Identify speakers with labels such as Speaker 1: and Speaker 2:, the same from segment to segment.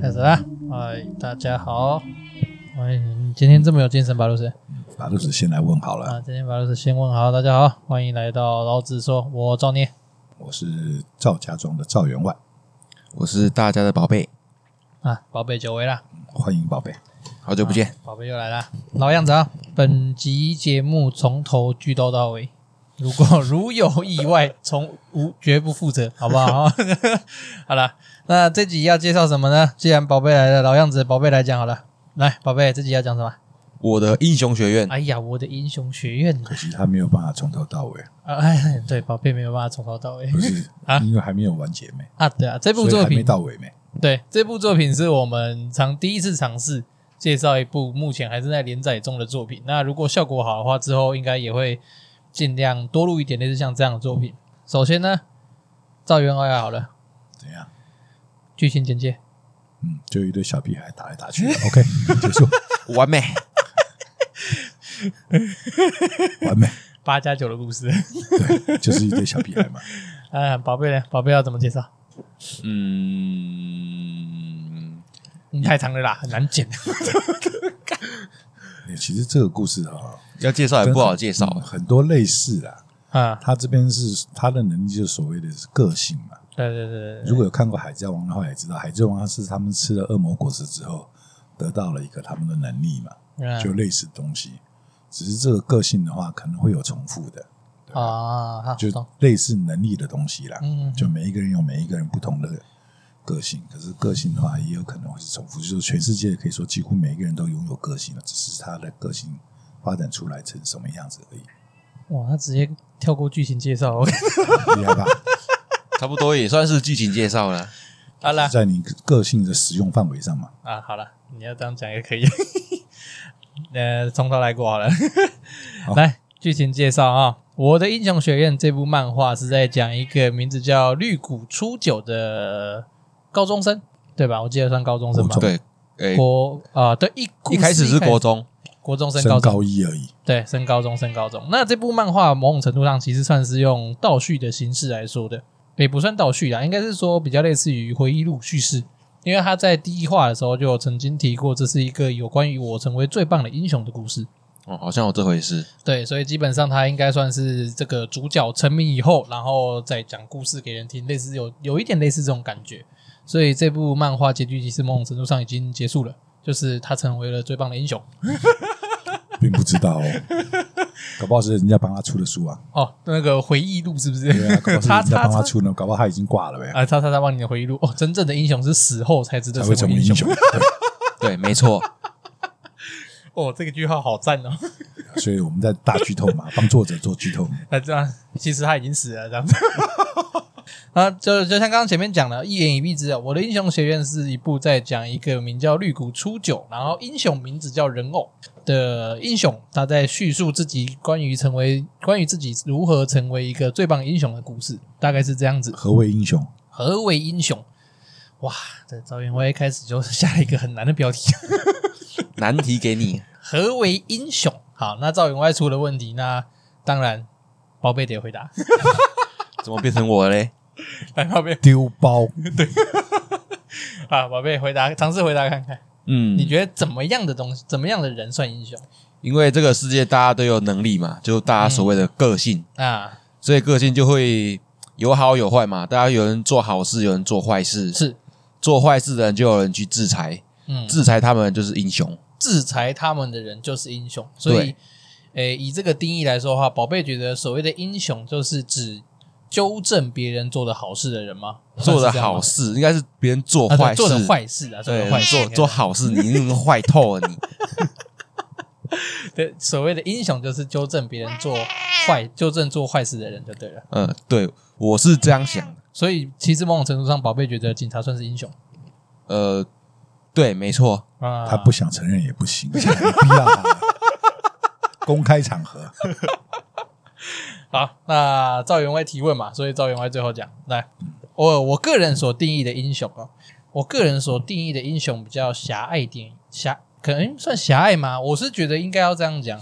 Speaker 1: 开始啦！哎，大家好。哎，你今天这么有精神，白露水
Speaker 2: 把路子先来问好了。
Speaker 1: 啊！今天白露水先问好，大家好，欢迎来到老子说，我造孽。
Speaker 2: 我是赵家庄的赵员外，
Speaker 3: 我是大家的宝贝，
Speaker 1: 啊，宝贝久违啦，
Speaker 2: 欢迎宝贝。
Speaker 3: 好久不见。
Speaker 1: 宝贝又来啦，老样子啊！本集节目从头剧透到尾，如果如有意外，从无绝不负责，好不好？ 好了，那这集要介绍什么呢？既然宝贝来了，老样子，宝贝来讲好了。来，宝贝，这集要讲什么？
Speaker 3: 我的英雄学 院，
Speaker 1: 哎呀，我的英雄学院
Speaker 2: 可惜他没有办法从头到尾，
Speaker 1: 啊！哎，对，宝贝没有办法从头到尾
Speaker 2: 不是
Speaker 1: 啊
Speaker 2: 因为还没有完结没，
Speaker 1: 啊。对啊，这部
Speaker 2: 所以
Speaker 1: 作
Speaker 2: 还没
Speaker 1: 品
Speaker 2: 到尾没。
Speaker 1: 对，这部作品是我们尝第一次尝试介绍一部目前还是在连载中的作品。那如果效果好的话，之后应该也会尽量多录一点类似像这样的作品。首先呢，赵元外好了，
Speaker 2: 怎样？
Speaker 1: 剧情简介。
Speaker 2: 嗯，就一堆小屁孩打来打去。OK，结束，
Speaker 3: 完美。
Speaker 2: 完 美。
Speaker 1: 八加九的故事，
Speaker 2: 对，就是一堆小屁孩嘛。
Speaker 1: 啊，宝贝呢？宝贝要怎么介绍？
Speaker 3: 嗯，
Speaker 1: 嗯太长了啦，很难剪。
Speaker 2: 其实这个故事啊，
Speaker 3: 要介绍也不好介绍
Speaker 2: 嗯，很多类似啊。
Speaker 1: 啊，
Speaker 2: 他这边是他的能力，就是所谓的是个性嘛。
Speaker 1: 对对对对
Speaker 2: 如果有看过《海贼王》的话，也知道《海贼王》是他们吃了恶魔果实之后，得到了一个他们的能力嘛。
Speaker 1: 对，啊
Speaker 2: 就类似的东西，只是这个个性的话，可能会有重复的，
Speaker 1: 啊，好，
Speaker 2: 就
Speaker 1: 哦懂
Speaker 2: 类似能力的东西啦。
Speaker 1: 嗯，
Speaker 2: 就每一个人有每一个人不同的个性，可是个性的话，也有可能会是重复。就是全世界可以说几乎每一个人都拥有个性了，只是他的个性发展出来成什么样子而已，
Speaker 1: 哇，他直接跳过剧情介绍。OK，
Speaker 2: 厉害吧？
Speaker 3: 差不多也算是剧情介绍 了。
Speaker 1: 好啦，
Speaker 2: 在你个性的使用范围上嘛，
Speaker 1: 啊，好了，你要这样讲也可以。 呃，从头来过好了。
Speaker 2: 好
Speaker 1: 来，剧情介绍啊，《我的英雄学院》这部漫画是在讲一个名字叫绿谷初九的高中生，对吧？我记得算高中生吧
Speaker 2: 国。中
Speaker 3: 哦对，诶，
Speaker 1: 国啊、对，一
Speaker 3: 一开始是国
Speaker 1: 中
Speaker 3: 中，
Speaker 1: 国中升
Speaker 2: 升
Speaker 1: 高中，
Speaker 2: 高一而已。
Speaker 1: 对，升高中，升高中。那这部漫画某种程度上其实算是用倒叙的形式来说的，也不算倒叙啦，应该是说比较类似于回忆录叙事。因为他在第一话的时候就曾经提过，这是一个有关于我成为最棒的英雄的故事。
Speaker 3: 哦，好像有这回事。
Speaker 1: 对，所以基本上他应该算是这个主角成名以后，然后再讲故事给人听，类似有有一点类似这种感觉。所以这部漫画结局其实某种程度上已经结束了，就是他成为了最棒的英雄。
Speaker 2: 并不知 道哦，搞不好是人家帮他出的书啊，
Speaker 1: 哦，那个回忆录是不是？
Speaker 2: 对啊，搞不好是
Speaker 1: 叉
Speaker 2: 人家
Speaker 1: 叉
Speaker 2: 帮他
Speaker 1: 叉
Speaker 2: 出呢，搞不好他已经挂了呗，
Speaker 1: 啊，叉叉叉帮你的回忆录哦，真正的英雄是死后才值得
Speaker 2: 才会成为
Speaker 1: 英
Speaker 2: 英雄。 对
Speaker 3: 对，没错。
Speaker 1: 哦，这个句号好赞哦！
Speaker 2: 所以我们在大剧透嘛，帮作者做剧透。
Speaker 1: 那这样其实他已经死了，这样子。 啊，就就像刚刚前面讲的，一言以蔽之啊，《我的英雄学院》是一部在讲一个名叫绿谷初九，然后英雄名字叫人偶的英雄，他在叙述自己关于成为关于自己如何成为一个最棒英雄的故事，大概是这样子。
Speaker 2: 何为英雄？
Speaker 1: 何为英雄？哇，这赵云威一开始就下了一个很难的标题。
Speaker 3: 难题给你，
Speaker 1: 何为英雄？好，那赵员外出了问题，那当然宝贝得回 答。
Speaker 3: 怎么变成我嘞？
Speaker 1: 来，宝贝
Speaker 2: 丢包。
Speaker 1: 啊，宝贝回答，尝试回答看看，
Speaker 3: 嗯，
Speaker 1: 你觉得怎么样的东西，怎么样的人算英雄
Speaker 3: 因为这个世界大家都有能力嘛，就大家所谓的个性，
Speaker 1: 啊？
Speaker 3: 所以个性就会有好有坏嘛。大家有人做好事，有人做坏事，
Speaker 1: 是，
Speaker 3: 做坏事的人就有人去制裁，
Speaker 1: 嗯，制
Speaker 3: 制裁他们就是英雄。
Speaker 1: 制裁他们的人就是英雄，所以
Speaker 3: 对，
Speaker 1: 诶，以这个定义来说的话，宝贝觉得所谓的英雄就是指纠正别人做的好事的人吗？
Speaker 3: 做的
Speaker 1: 算是这样吗
Speaker 3: 好事，应该是别人做
Speaker 1: 啊对
Speaker 3: 坏事，
Speaker 1: 做的坏事啊，做的
Speaker 3: 对，
Speaker 1: 坏事
Speaker 3: 做做好事，你那个坏透了你。
Speaker 1: 对，所谓的英雄就是纠正别人做坏，纠正做坏事的人就对了。
Speaker 3: 嗯，对，我是这样想的。
Speaker 1: 所以其实某种程度上，宝贝觉得警察算是英雄
Speaker 3: 呃，对，没错，
Speaker 1: 啊
Speaker 2: 他不想承认也不行，没必要啊。公开场合，
Speaker 1: 好。那赵员外提问嘛，所以赵员外最后讲来，我我个人所定义的英雄哦，我个人所定义的英雄比较狭隘一点，狭可能算狭隘吗？我是觉得应该要这样讲，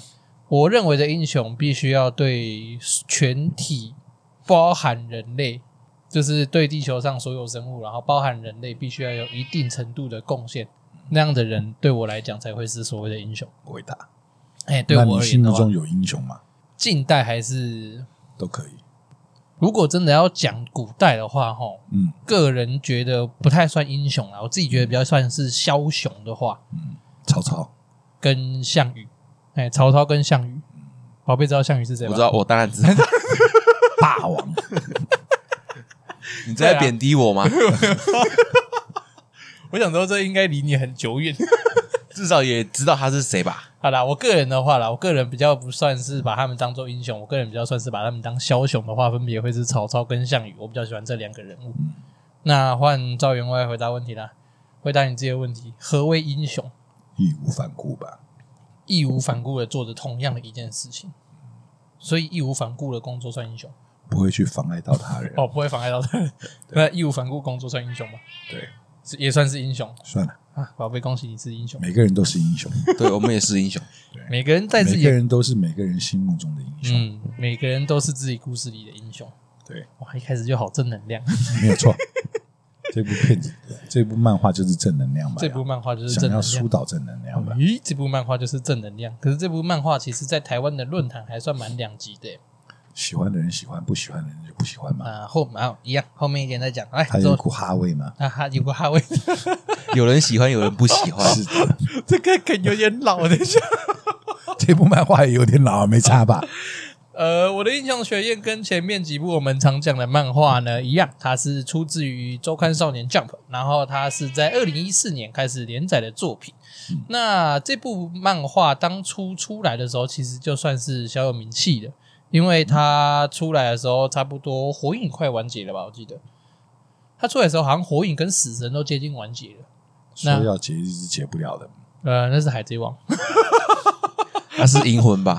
Speaker 1: 我认为的英雄必须要对全体包含人类就是对地球上所有生物，然后包含人类，必须要有一定程度的贡献。那样的人对我来讲才会是所谓的英雄。
Speaker 2: 伟大。
Speaker 1: 哎，对
Speaker 2: 那
Speaker 1: 我
Speaker 2: 你
Speaker 1: 而
Speaker 2: 心
Speaker 1: 言的
Speaker 2: 目
Speaker 1: 话，
Speaker 2: 中有英雄吗？
Speaker 1: 近代还是
Speaker 2: 都可以。
Speaker 1: 如果真的要讲古代的话，吼，
Speaker 2: 嗯
Speaker 1: 个人觉得不太算英雄啊啦，我自己觉得比较算是枭雄的话，
Speaker 2: 嗯，曹操，
Speaker 1: 跟项羽，哎，曹操跟项羽，宝贝知道项羽是谁
Speaker 3: 我
Speaker 1: 吧
Speaker 3: 知？道，我当 然知道。
Speaker 2: 霸王，
Speaker 3: 你在贬低我吗？
Speaker 1: 啊我想说这应该离你很久远。
Speaker 3: 至少也知道他是谁吧？
Speaker 1: 好啦，我个人的话啦，我个人比较不算是把他们当做英雄，我个人比较算是把他们当枭雄的话，分别会是曹操跟项羽，我比较喜欢这两个人物。
Speaker 2: 嗯
Speaker 1: 那换赵员外回答问题啦，回答你自己的问题：何谓英雄？
Speaker 2: 义无反顾吧。
Speaker 1: 义无反顾的做着同样的一件事情，所以义无反顾的工作算英雄
Speaker 2: 不会去妨碍到他人，
Speaker 1: 哦，不会妨碍到他人。 那义无反顾工作算英雄吗？
Speaker 2: 对，
Speaker 1: 是也算是英雄
Speaker 2: 算了，
Speaker 1: 啊，宝贝，恭喜你是英雄。
Speaker 2: 每个人都是英雄，
Speaker 3: 对，我们也是英雄。
Speaker 1: 每个人在自
Speaker 2: 每
Speaker 1: 己
Speaker 2: 个
Speaker 1: 的
Speaker 2: 人都是每个人心目中的英雄，
Speaker 1: 嗯，每个人都是自己故事里的英雄。
Speaker 2: 对，
Speaker 1: 哇，一开始就好正能量。
Speaker 2: 没有错。这部片子，这部漫画就是正能量吧？
Speaker 1: 这部漫画就是
Speaker 2: 啊想
Speaker 1: 正能
Speaker 2: 要疏
Speaker 1: 量。
Speaker 2: 导正能量吧？
Speaker 1: 咦，这部漫画就是正能量。可是这部漫画其实，在台湾的论坛还算蛮两极的耶
Speaker 2: 喜欢的人喜欢，不喜欢的人就不喜欢嘛。
Speaker 1: 啊。后啊一样，后面一点再讲。哎，
Speaker 2: 他有一
Speaker 1: 走
Speaker 2: 股哈 味嘛？
Speaker 1: 啊哈，有个哈维，
Speaker 3: 有人喜欢，有人不喜欢。
Speaker 2: 是的，
Speaker 1: 这个梗有点老，等一下。
Speaker 2: 这部漫画也有点老，没差 吧？
Speaker 1: 呃，我的印象学院跟前面几部我们常讲的漫画呢一样，它是出自于周刊少年 Jump，然后它是在二零一四年开始连载的作品。那这部漫画当初出来的时候，其实就算是小有名气的，因为它出来的时候差不多火影快完结了吧，我记得。它出来的时候，好像火影跟死神都接近完结了。
Speaker 2: 说
Speaker 1: 那
Speaker 2: 要结一直结不了的，
Speaker 1: 呃，那是海贼王。
Speaker 3: 他是银 魂吧？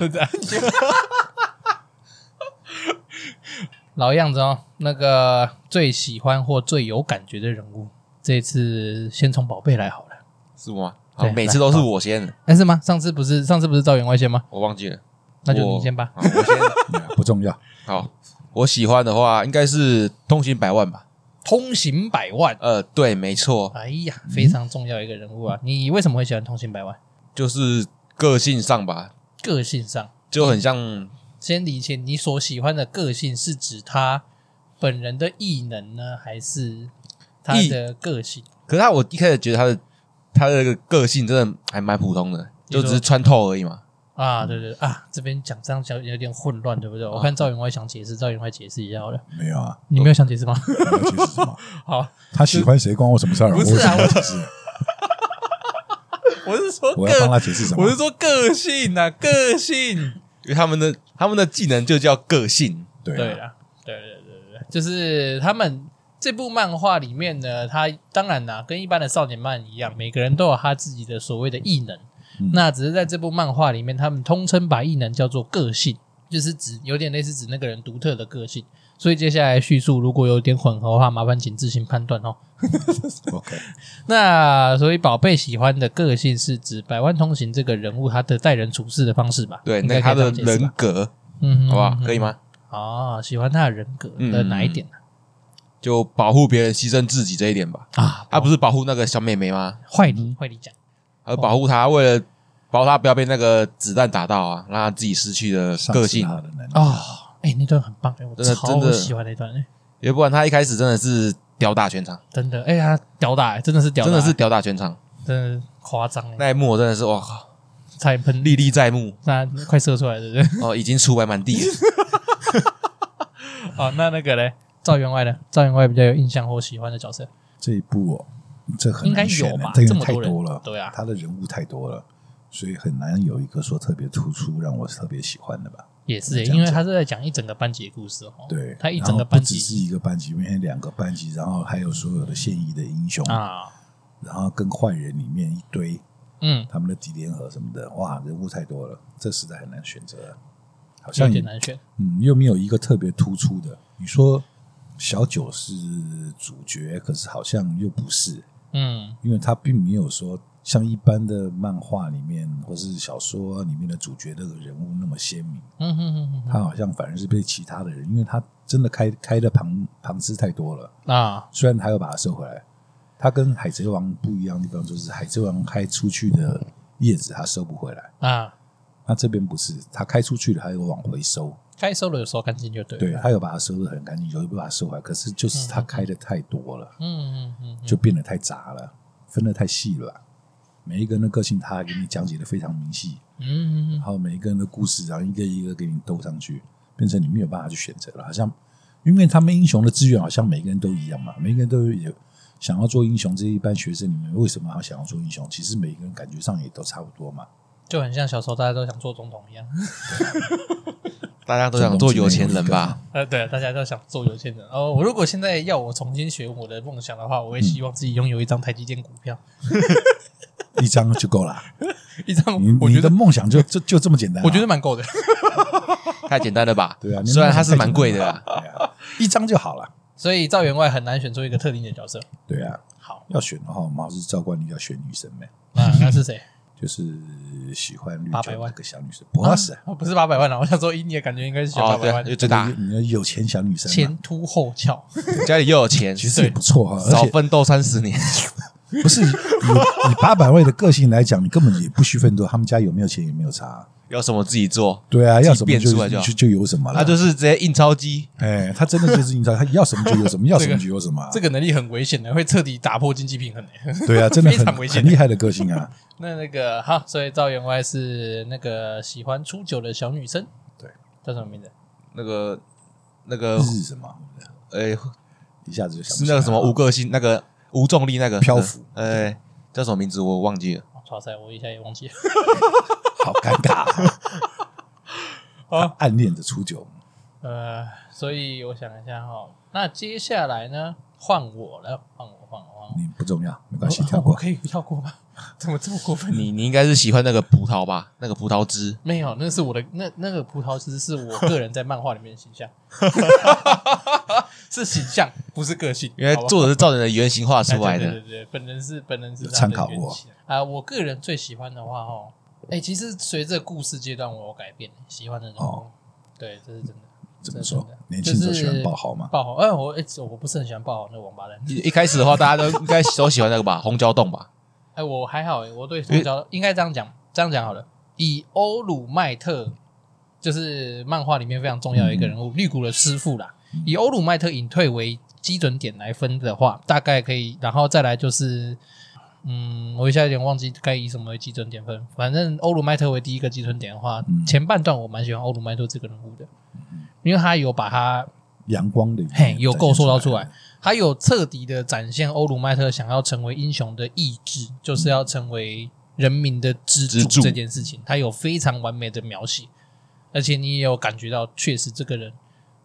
Speaker 1: 老样子哦，那个最喜欢或最有感觉的人物，这次先从宝贝来好了。
Speaker 3: 是我吗？
Speaker 1: 对
Speaker 3: 好，每次都是我先，
Speaker 1: 哎，是吗？上次不是上次不是赵员外先吗？
Speaker 3: 我忘记了。
Speaker 1: 那就你
Speaker 3: 我
Speaker 1: 先吧。
Speaker 3: 好我先。
Speaker 2: 对啊不重要。
Speaker 3: 好，我喜欢的话应该是《通行百万》吧？
Speaker 1: 通行百万，
Speaker 3: 呃，对，没错，
Speaker 1: 哎呀，非常重要一个人物啊！你为什么会喜欢通行百万？
Speaker 3: 就是个性上吧，
Speaker 1: 个性上，
Speaker 3: 就很像
Speaker 1: 先理清你所喜欢的个性是指他本人的异能呢，还是他
Speaker 3: 异
Speaker 1: 的个性？
Speaker 3: 可是他，我一开始觉得他的他的那个个性真的还蛮普通的，
Speaker 1: 你说
Speaker 3: 就只是穿透而已嘛。
Speaker 1: 啊，对对对啊，这边讲这样讲有点混乱，对不对？我看赵员外想解释，赵员外解释一下好了。
Speaker 2: 没有啊，
Speaker 1: 你没有想解释吗？
Speaker 2: 我要解释什么？
Speaker 1: 好，
Speaker 2: 他喜欢谁关我什么事儿？
Speaker 1: 不是啊
Speaker 2: 我为什么要解
Speaker 1: 我是
Speaker 2: 释
Speaker 1: 说
Speaker 2: 我要帮
Speaker 1: 个，
Speaker 2: 他解释什么
Speaker 1: 我？是说个性啊，个性。
Speaker 3: 因为他们的他们的技能就叫个性，
Speaker 1: 对
Speaker 2: 对啊，
Speaker 1: 啦，对对对对对，就是他们这部漫画里面呢，他当然啦、跟一般的少年漫一样，每个人都有他自己的所谓的异能。
Speaker 2: 嗯
Speaker 1: 那只是在这部漫画里面，他们通称把异能叫做个性，就是指有点类似指那个人独特的个性。所以接下来叙述如果有点混合的话，麻烦请自行判断哦。
Speaker 2: ，OK，
Speaker 1: 那所以宝贝喜欢的个性是指百万通行这个人物他的待人处事的方式吧？
Speaker 3: 对，
Speaker 1: 应
Speaker 3: 那
Speaker 1: 该
Speaker 3: 个他
Speaker 1: 可以这
Speaker 3: 的
Speaker 1: 样解释
Speaker 3: 人
Speaker 1: 吧，
Speaker 3: 格，
Speaker 1: 嗯
Speaker 3: 好不好？可
Speaker 1: 以
Speaker 3: 以吗？嗯
Speaker 1: 哦，喜欢他的人格的哪一点啊呢、
Speaker 3: 就保护别人、牺牲自己这一点吧。
Speaker 1: 啊？
Speaker 3: 他不是保护那个小妹妹吗？
Speaker 1: 坏你坏你讲，
Speaker 3: 而保护她，为了保护她不要被那个子弹打到啊，让她自己失去了
Speaker 2: 丧
Speaker 3: 个
Speaker 2: 失
Speaker 3: 性
Speaker 2: 他。的能力
Speaker 1: 哦，哎、那段很棒，哎我
Speaker 3: 真的真
Speaker 1: 超
Speaker 3: 的
Speaker 1: 喜欢那段，哎
Speaker 3: 要不然她一开始真的是吊打全场，
Speaker 1: 真的，哎、呀，他屌打、哎真的是屌打，
Speaker 3: 真的是吊打全场。
Speaker 1: 真的夸张，哎
Speaker 3: 那一幕我真的是哇靠，
Speaker 1: 差点喷力，
Speaker 3: 历历在目
Speaker 1: 那快射出来，对不 对？
Speaker 3: 哦，已经出白满地了。
Speaker 1: 好，哦那那个嘞，赵员外呢？赵员外比较有印象或喜欢的角色，
Speaker 2: 这一部哦，这很
Speaker 1: 应该
Speaker 2: 难
Speaker 1: 有
Speaker 2: 选的
Speaker 3: 啊
Speaker 1: 吧，
Speaker 2: 这
Speaker 1: 这
Speaker 2: 个
Speaker 1: 么
Speaker 2: 太
Speaker 1: 多人
Speaker 2: 多了，
Speaker 1: 对啊
Speaker 2: 他的人物太多了，所以很难有一个说特别突出让我特别喜欢的吧。
Speaker 1: 也是、哎
Speaker 2: 这样
Speaker 1: 因为他是在讲一整个班级的故事哦，
Speaker 2: 对，
Speaker 1: 他一
Speaker 2: 然
Speaker 1: 整个
Speaker 2: 后不
Speaker 1: 班
Speaker 2: 只是
Speaker 1: 级
Speaker 2: 一个班级，因为两个班级，然后还有所有的现役的英雄，
Speaker 1: 啊，
Speaker 2: 然后跟坏人里面一堆
Speaker 1: 嗯，
Speaker 2: 他们的敌联合什么的，哇，人物太多了，这实在很难选择。啊好
Speaker 1: 有
Speaker 2: 像
Speaker 1: 点难选。
Speaker 2: 嗯，又没有一个特别突出的。你说小九是主角，可是好像又不是，
Speaker 1: 嗯
Speaker 2: 因为他并没有说像一般的漫画里面或是小说里面的主角那个人物那么鲜明，
Speaker 1: 嗯哼哼哼
Speaker 2: 他好像反而是被其他的人，因为他真的开开的旁旁枝太多了。
Speaker 1: 哼，啊，
Speaker 2: 虽然他又把它收回来，他跟海贼王不一样的地方就是海贼王开出去的叶子他收不回来，
Speaker 1: 啊，
Speaker 2: 那这边不是，他开出去了，他又往回收，
Speaker 1: 该收的有收干净就对了。
Speaker 2: 对他有把它收的很干净，有又把它收回来，可是就是他开的太多了，
Speaker 1: 嗯嗯嗯，
Speaker 2: 就变得太杂了，分得太细了吧。每一个人的个性，他给你讲解的非常明细，
Speaker 1: 嗯嗯
Speaker 2: 然后每一个人的故事，然后一个一个给你兜上去，变成你没有办法去选择了。好像因为他们英雄的资源好像每个人都一样嘛，每个人都有想要做英雄。这一般学生里面为什么要想要做英雄？其实每个人感觉上也都差不多嘛。
Speaker 1: 就很像小时候大家都想做总统一样。
Speaker 3: 大家都想做有钱人吧？
Speaker 1: 呃，对，大家都想做有钱人。哦，我如果现在要我重新学我的梦想的话，我会希望自己拥有一张台积电股票，
Speaker 2: 一张就够了，
Speaker 1: 一张
Speaker 2: 你
Speaker 1: 我
Speaker 2: 你
Speaker 1: 觉
Speaker 2: 的
Speaker 1: 得
Speaker 2: 梦想就就就这么简单啊、
Speaker 1: 我觉得蛮够的。
Speaker 3: 太简单了吧？
Speaker 2: 对啊，你的
Speaker 3: 虽然
Speaker 2: 梦
Speaker 3: 它
Speaker 2: 想
Speaker 3: 是
Speaker 2: 太
Speaker 3: 蛮
Speaker 2: 简单
Speaker 3: 贵的
Speaker 2: 了
Speaker 3: 啦，
Speaker 2: 对啊一张就好了。
Speaker 1: 所以赵员外很难选出一个特定的角色。
Speaker 2: 对啊，
Speaker 1: 好，
Speaker 2: 要选的话，我们还是照惯例要选女生呗，
Speaker 1: 那嗯那是谁？
Speaker 2: 就是喜欢绿
Speaker 1: 八
Speaker 2: 酒
Speaker 1: 百
Speaker 2: 的
Speaker 1: 万
Speaker 2: 那个小女生，不是
Speaker 1: 啊，不是八百万了。我想说，以你的感觉，应该是选八
Speaker 3: 哦，
Speaker 1: 百万
Speaker 3: 对，，就最大，
Speaker 2: 你的有钱小女生嘛，
Speaker 1: 前凸后翘。
Speaker 3: 家里又有钱，
Speaker 2: 其实也不错啊，而
Speaker 3: 少
Speaker 2: 且
Speaker 3: 奋斗三十年，
Speaker 2: 不是以以八百位的个性来讲，你根本也不需奋斗，他们家有没有钱也没有差、啊
Speaker 3: 有什么自己做，
Speaker 2: 对啊，要什么
Speaker 3: 变出
Speaker 2: 就
Speaker 3: 来就好啊
Speaker 2: 就就有什么了。
Speaker 3: 他就是直接印钞机，
Speaker 2: 哎，他真的就是你知道，他要什么就有什么，要什么就有什么啊。
Speaker 1: 这个能力很危险的，会彻底打破经济平衡的。
Speaker 2: 对啊，真的
Speaker 1: 非
Speaker 2: 很
Speaker 1: 常危险
Speaker 2: 很厉害的个性啊。
Speaker 1: 那那个好，所以赵员外是那个喜欢出酒的小女生，
Speaker 2: 对，
Speaker 1: 叫什么名字？
Speaker 3: 那个那个
Speaker 2: 日是什么？嗯
Speaker 3: 呃，
Speaker 2: 一下子就想
Speaker 3: 哦是
Speaker 2: 不起
Speaker 3: 那
Speaker 2: 来
Speaker 3: 个
Speaker 2: 了
Speaker 3: 什么无个性，那个无重力那个
Speaker 2: 漂浮，
Speaker 3: 呃，叫什么名字我忘记了。
Speaker 1: 哦哇塞，我一下也忘记了。
Speaker 2: 好尴尬
Speaker 1: 好
Speaker 2: 啊！暗恋着初九，
Speaker 1: 呃，所以我想一下哈、那接下来呢，换我了，换我，换我，换我。
Speaker 2: 你不重要，没关系，
Speaker 1: 我
Speaker 2: 跳
Speaker 1: 我
Speaker 2: 过。
Speaker 1: 可以跳过吗？ 怎么这么过
Speaker 2: 嗯
Speaker 1: 分？
Speaker 3: 你你应该是喜欢那个葡萄吧？那个葡萄汁，
Speaker 1: 没有，那是我的那那个葡萄汁是我个人在漫画里面的形 象，是形象，不是个性，
Speaker 3: 因为
Speaker 1: 好吧
Speaker 3: 作者是照你的原型画出来
Speaker 1: 哎对
Speaker 3: 的。
Speaker 1: 对对对，本人是本人是
Speaker 2: 有参考
Speaker 1: 他的原型啊、我个人最喜欢的话哦，哎，其实随着故事阶段我有改变，喜欢的人物
Speaker 2: 哦
Speaker 1: 对，这是真的。
Speaker 2: 怎么说
Speaker 1: 真的？
Speaker 2: 年轻的时候
Speaker 1: 就是
Speaker 2: 喜欢爆豪嘛？
Speaker 1: 爆红，哎、我哎、我不是很喜欢爆红那个王八蛋。
Speaker 3: 一一开始的话，大家都应该都喜欢那个吧，红椒冻吧。
Speaker 1: 哎，我还好哎，我对红椒应该这样讲，这样讲好了。以欧鲁麦特就是漫画里面非常重要的一个人物，绿谷的师傅啦。以欧鲁麦特隐退为基准点来分的话，大概可以，然后再来就是，嗯，我一下有点忘记该以什么为基准点分。反正欧鲁麦特为第一个基准点的话，
Speaker 2: 嗯
Speaker 1: 前半段我蛮喜欢欧鲁麦特这个人物的，因为他有把他
Speaker 2: 阳光的一面
Speaker 1: 嘿有够塑造出来
Speaker 2: 展现，
Speaker 1: 还有彻底的展现欧鲁麦特想要成为英雄的意志，就是要成为人民的支
Speaker 3: 支柱
Speaker 1: 柱这件事情，他有非常完美的描写，而且你也有感觉到，确实这个人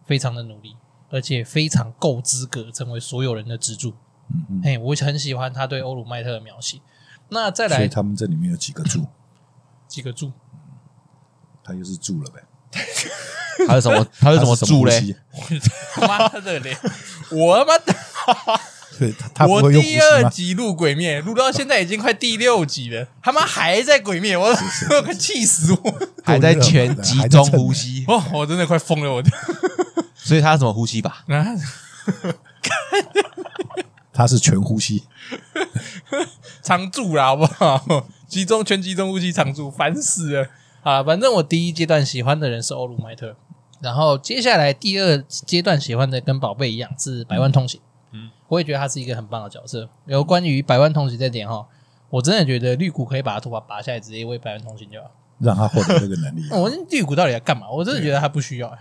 Speaker 1: 非常的努力，而且非常够资格成为所有人的支柱。
Speaker 2: 嗯嗯。
Speaker 1: 嘿，我很喜欢他对欧鲁麦特的描写。那再
Speaker 2: 所以
Speaker 1: 来
Speaker 2: 他们这里面有几个柱，
Speaker 1: 几个柱，
Speaker 2: 他又是柱了呗。
Speaker 3: 还有什么？还有什么柱
Speaker 2: 他是
Speaker 3: 嘞
Speaker 2: 什？呼吸？
Speaker 1: 他妈的 嘞！我他妈的，
Speaker 2: 对，他他不
Speaker 1: 我
Speaker 2: 会用呼
Speaker 1: 第
Speaker 2: 吸
Speaker 1: 二
Speaker 2: 吗？
Speaker 1: 集录《鬼灭》，录到现在已经快第六集了，他妈还在《鬼灭》，我 我快气死我！
Speaker 3: 还在全集中呼吸，
Speaker 1: 哦，我真的快疯了，我的。
Speaker 3: 所以他怎么呼吸吧？
Speaker 1: 啊，
Speaker 2: 他是全呼吸，
Speaker 1: 常驻啦，好不好？集中全集中呼吸常驻，烦死了啊！反正我第一阶段喜欢的人是欧鲁麦特，然后接下来第二阶段喜欢的跟宝贝一样是百万通行。嗯，我也觉得他是一个很棒的角色。有关于百万通行这点哈，我真的觉得绿谷可以把他头发拔下来，直接为百万通行就好。
Speaker 2: 让他获得这个 能力。
Speaker 1: 哦我绿谷到底要干嘛？我真的觉得他不需要。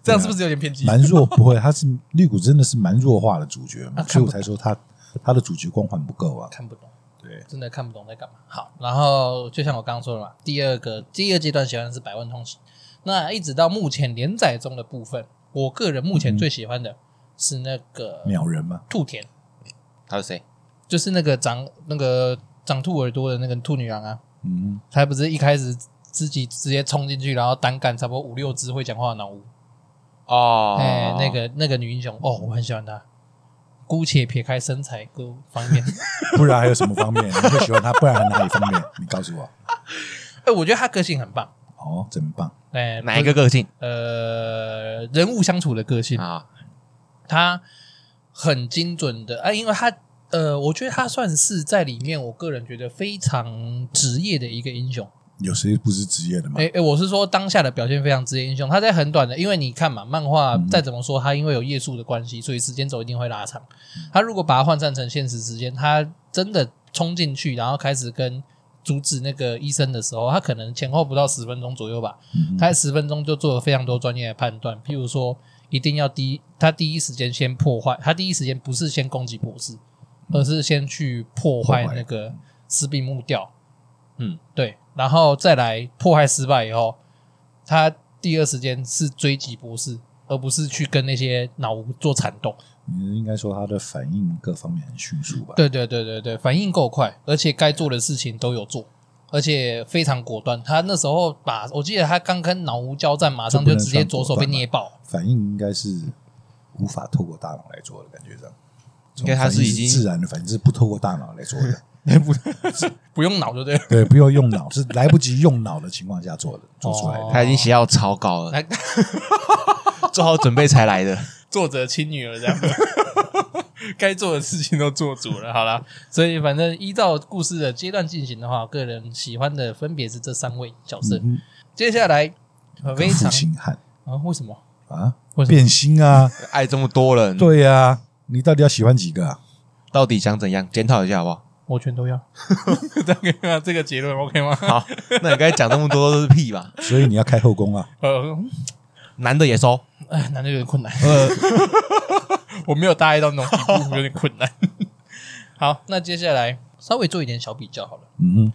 Speaker 1: 这样是不是有点偏激？
Speaker 2: 蛮弱，不会，他是绿谷真的是蛮弱化的主角嘛，
Speaker 1: 啊
Speaker 2: 所以我才说他他的主角光环不够啊。
Speaker 1: 看不懂。
Speaker 2: 对，
Speaker 1: 真的看不懂在干嘛。好，然后就像我刚刚说的嘛，第二个第二阶段喜欢的是百万通行，那一直到目前连载中的部分，我个人目前最喜欢的是那个
Speaker 2: 鸟人嘛，
Speaker 1: 兔田，
Speaker 3: 他是谁？
Speaker 1: 就是那个长那个长兔耳朵的那个兔女郎啊，
Speaker 2: 嗯，
Speaker 1: 她不是一开始自己直接冲进去，然后单干差不多五六只会讲话的脑屋，哎
Speaker 3: 哦
Speaker 1: 哎、那个那个女英雄，哦，我很喜欢她。姑且撇开身材各方 面，
Speaker 2: 不然还有什么方面你会喜欢他？不然还哪里方面？你告诉我。
Speaker 1: 哎，我觉得他个性很棒。
Speaker 2: 哦，真棒！
Speaker 1: 哎，
Speaker 3: 哪一个个性
Speaker 1: 呃人物相处的个性，
Speaker 3: 啊？
Speaker 1: 他很精准的啊，因为他呃，我觉得他算是在里面，我个人觉得非常职业的一个英雄。
Speaker 2: 有谁不是职业的吗？
Speaker 1: 诶诶，我是说当下的表现非常职业英雄。他在很短的，因为你看嘛，漫画再怎么说，它因为有页数的关系，所以时间轴一定会拉长。他如果把它换算成现实时间，他真的冲进去，然后开始跟阻止那个医生的时候，他可能前后不到十分钟左右吧，
Speaker 2: 嗯
Speaker 1: 他在十分钟就做了非常多专业的判断，譬如说一定要第一，他第一时间先破坏，他第一时间不是先攻击博士，而是先去破坏
Speaker 2: 破坏
Speaker 1: 那个斯宾木吊，
Speaker 3: 嗯，
Speaker 1: 对，然后再来破坏失败以后，他第二时间是追击博士，而不是去跟那些脑无做缠斗。
Speaker 2: 你应该说他的反应各方面很迅速吧？
Speaker 1: 对对对对对，反应够快，而且该做的事情都有做，而且非常果断。他那时候把我记得他刚跟脑无交战，马上就直接左手被捏爆。
Speaker 2: 反应应该是无法透过大脑来做的感觉上。
Speaker 3: 应该他是已经
Speaker 2: 这种反应自然的，反正是不透过大脑来做 的。
Speaker 1: 不用脑就对了。
Speaker 2: 对，不要用脑，是来不及用脑的情况下做的，做出来的。
Speaker 1: 哦
Speaker 3: 他已经写好草稿 了，
Speaker 1: 来，
Speaker 3: 做好准备才来的。
Speaker 1: 作者亲女儿这样子， 该做的事情都做足了。好啦，所以反正依照故事的阶段进行的话，个人喜欢的分别是这三位角色。
Speaker 2: 嗯
Speaker 1: 接下来呃
Speaker 2: 哼
Speaker 1: 非
Speaker 2: 负
Speaker 1: 常
Speaker 2: 心汉
Speaker 1: 啊，为什么？
Speaker 2: 啊
Speaker 1: 为，什么嗯
Speaker 2: 变心啊，
Speaker 3: 爱这么多人，
Speaker 2: 对呀、你到底要喜欢几个啊？
Speaker 3: 到底想怎样？检讨一下好不好？
Speaker 1: 我全都要， 这个这个结论 OK 吗？
Speaker 3: 好，那你刚才讲这么多都是屁吧？
Speaker 2: 所以你要开后宫啊，
Speaker 1: 呃，
Speaker 3: 男的也收，
Speaker 1: 哎，难度有点困难，
Speaker 3: 呃，
Speaker 1: 我没有大爱到那种地步，有点困难。 好，那接下来稍微做一点小比较好了。
Speaker 2: 嗯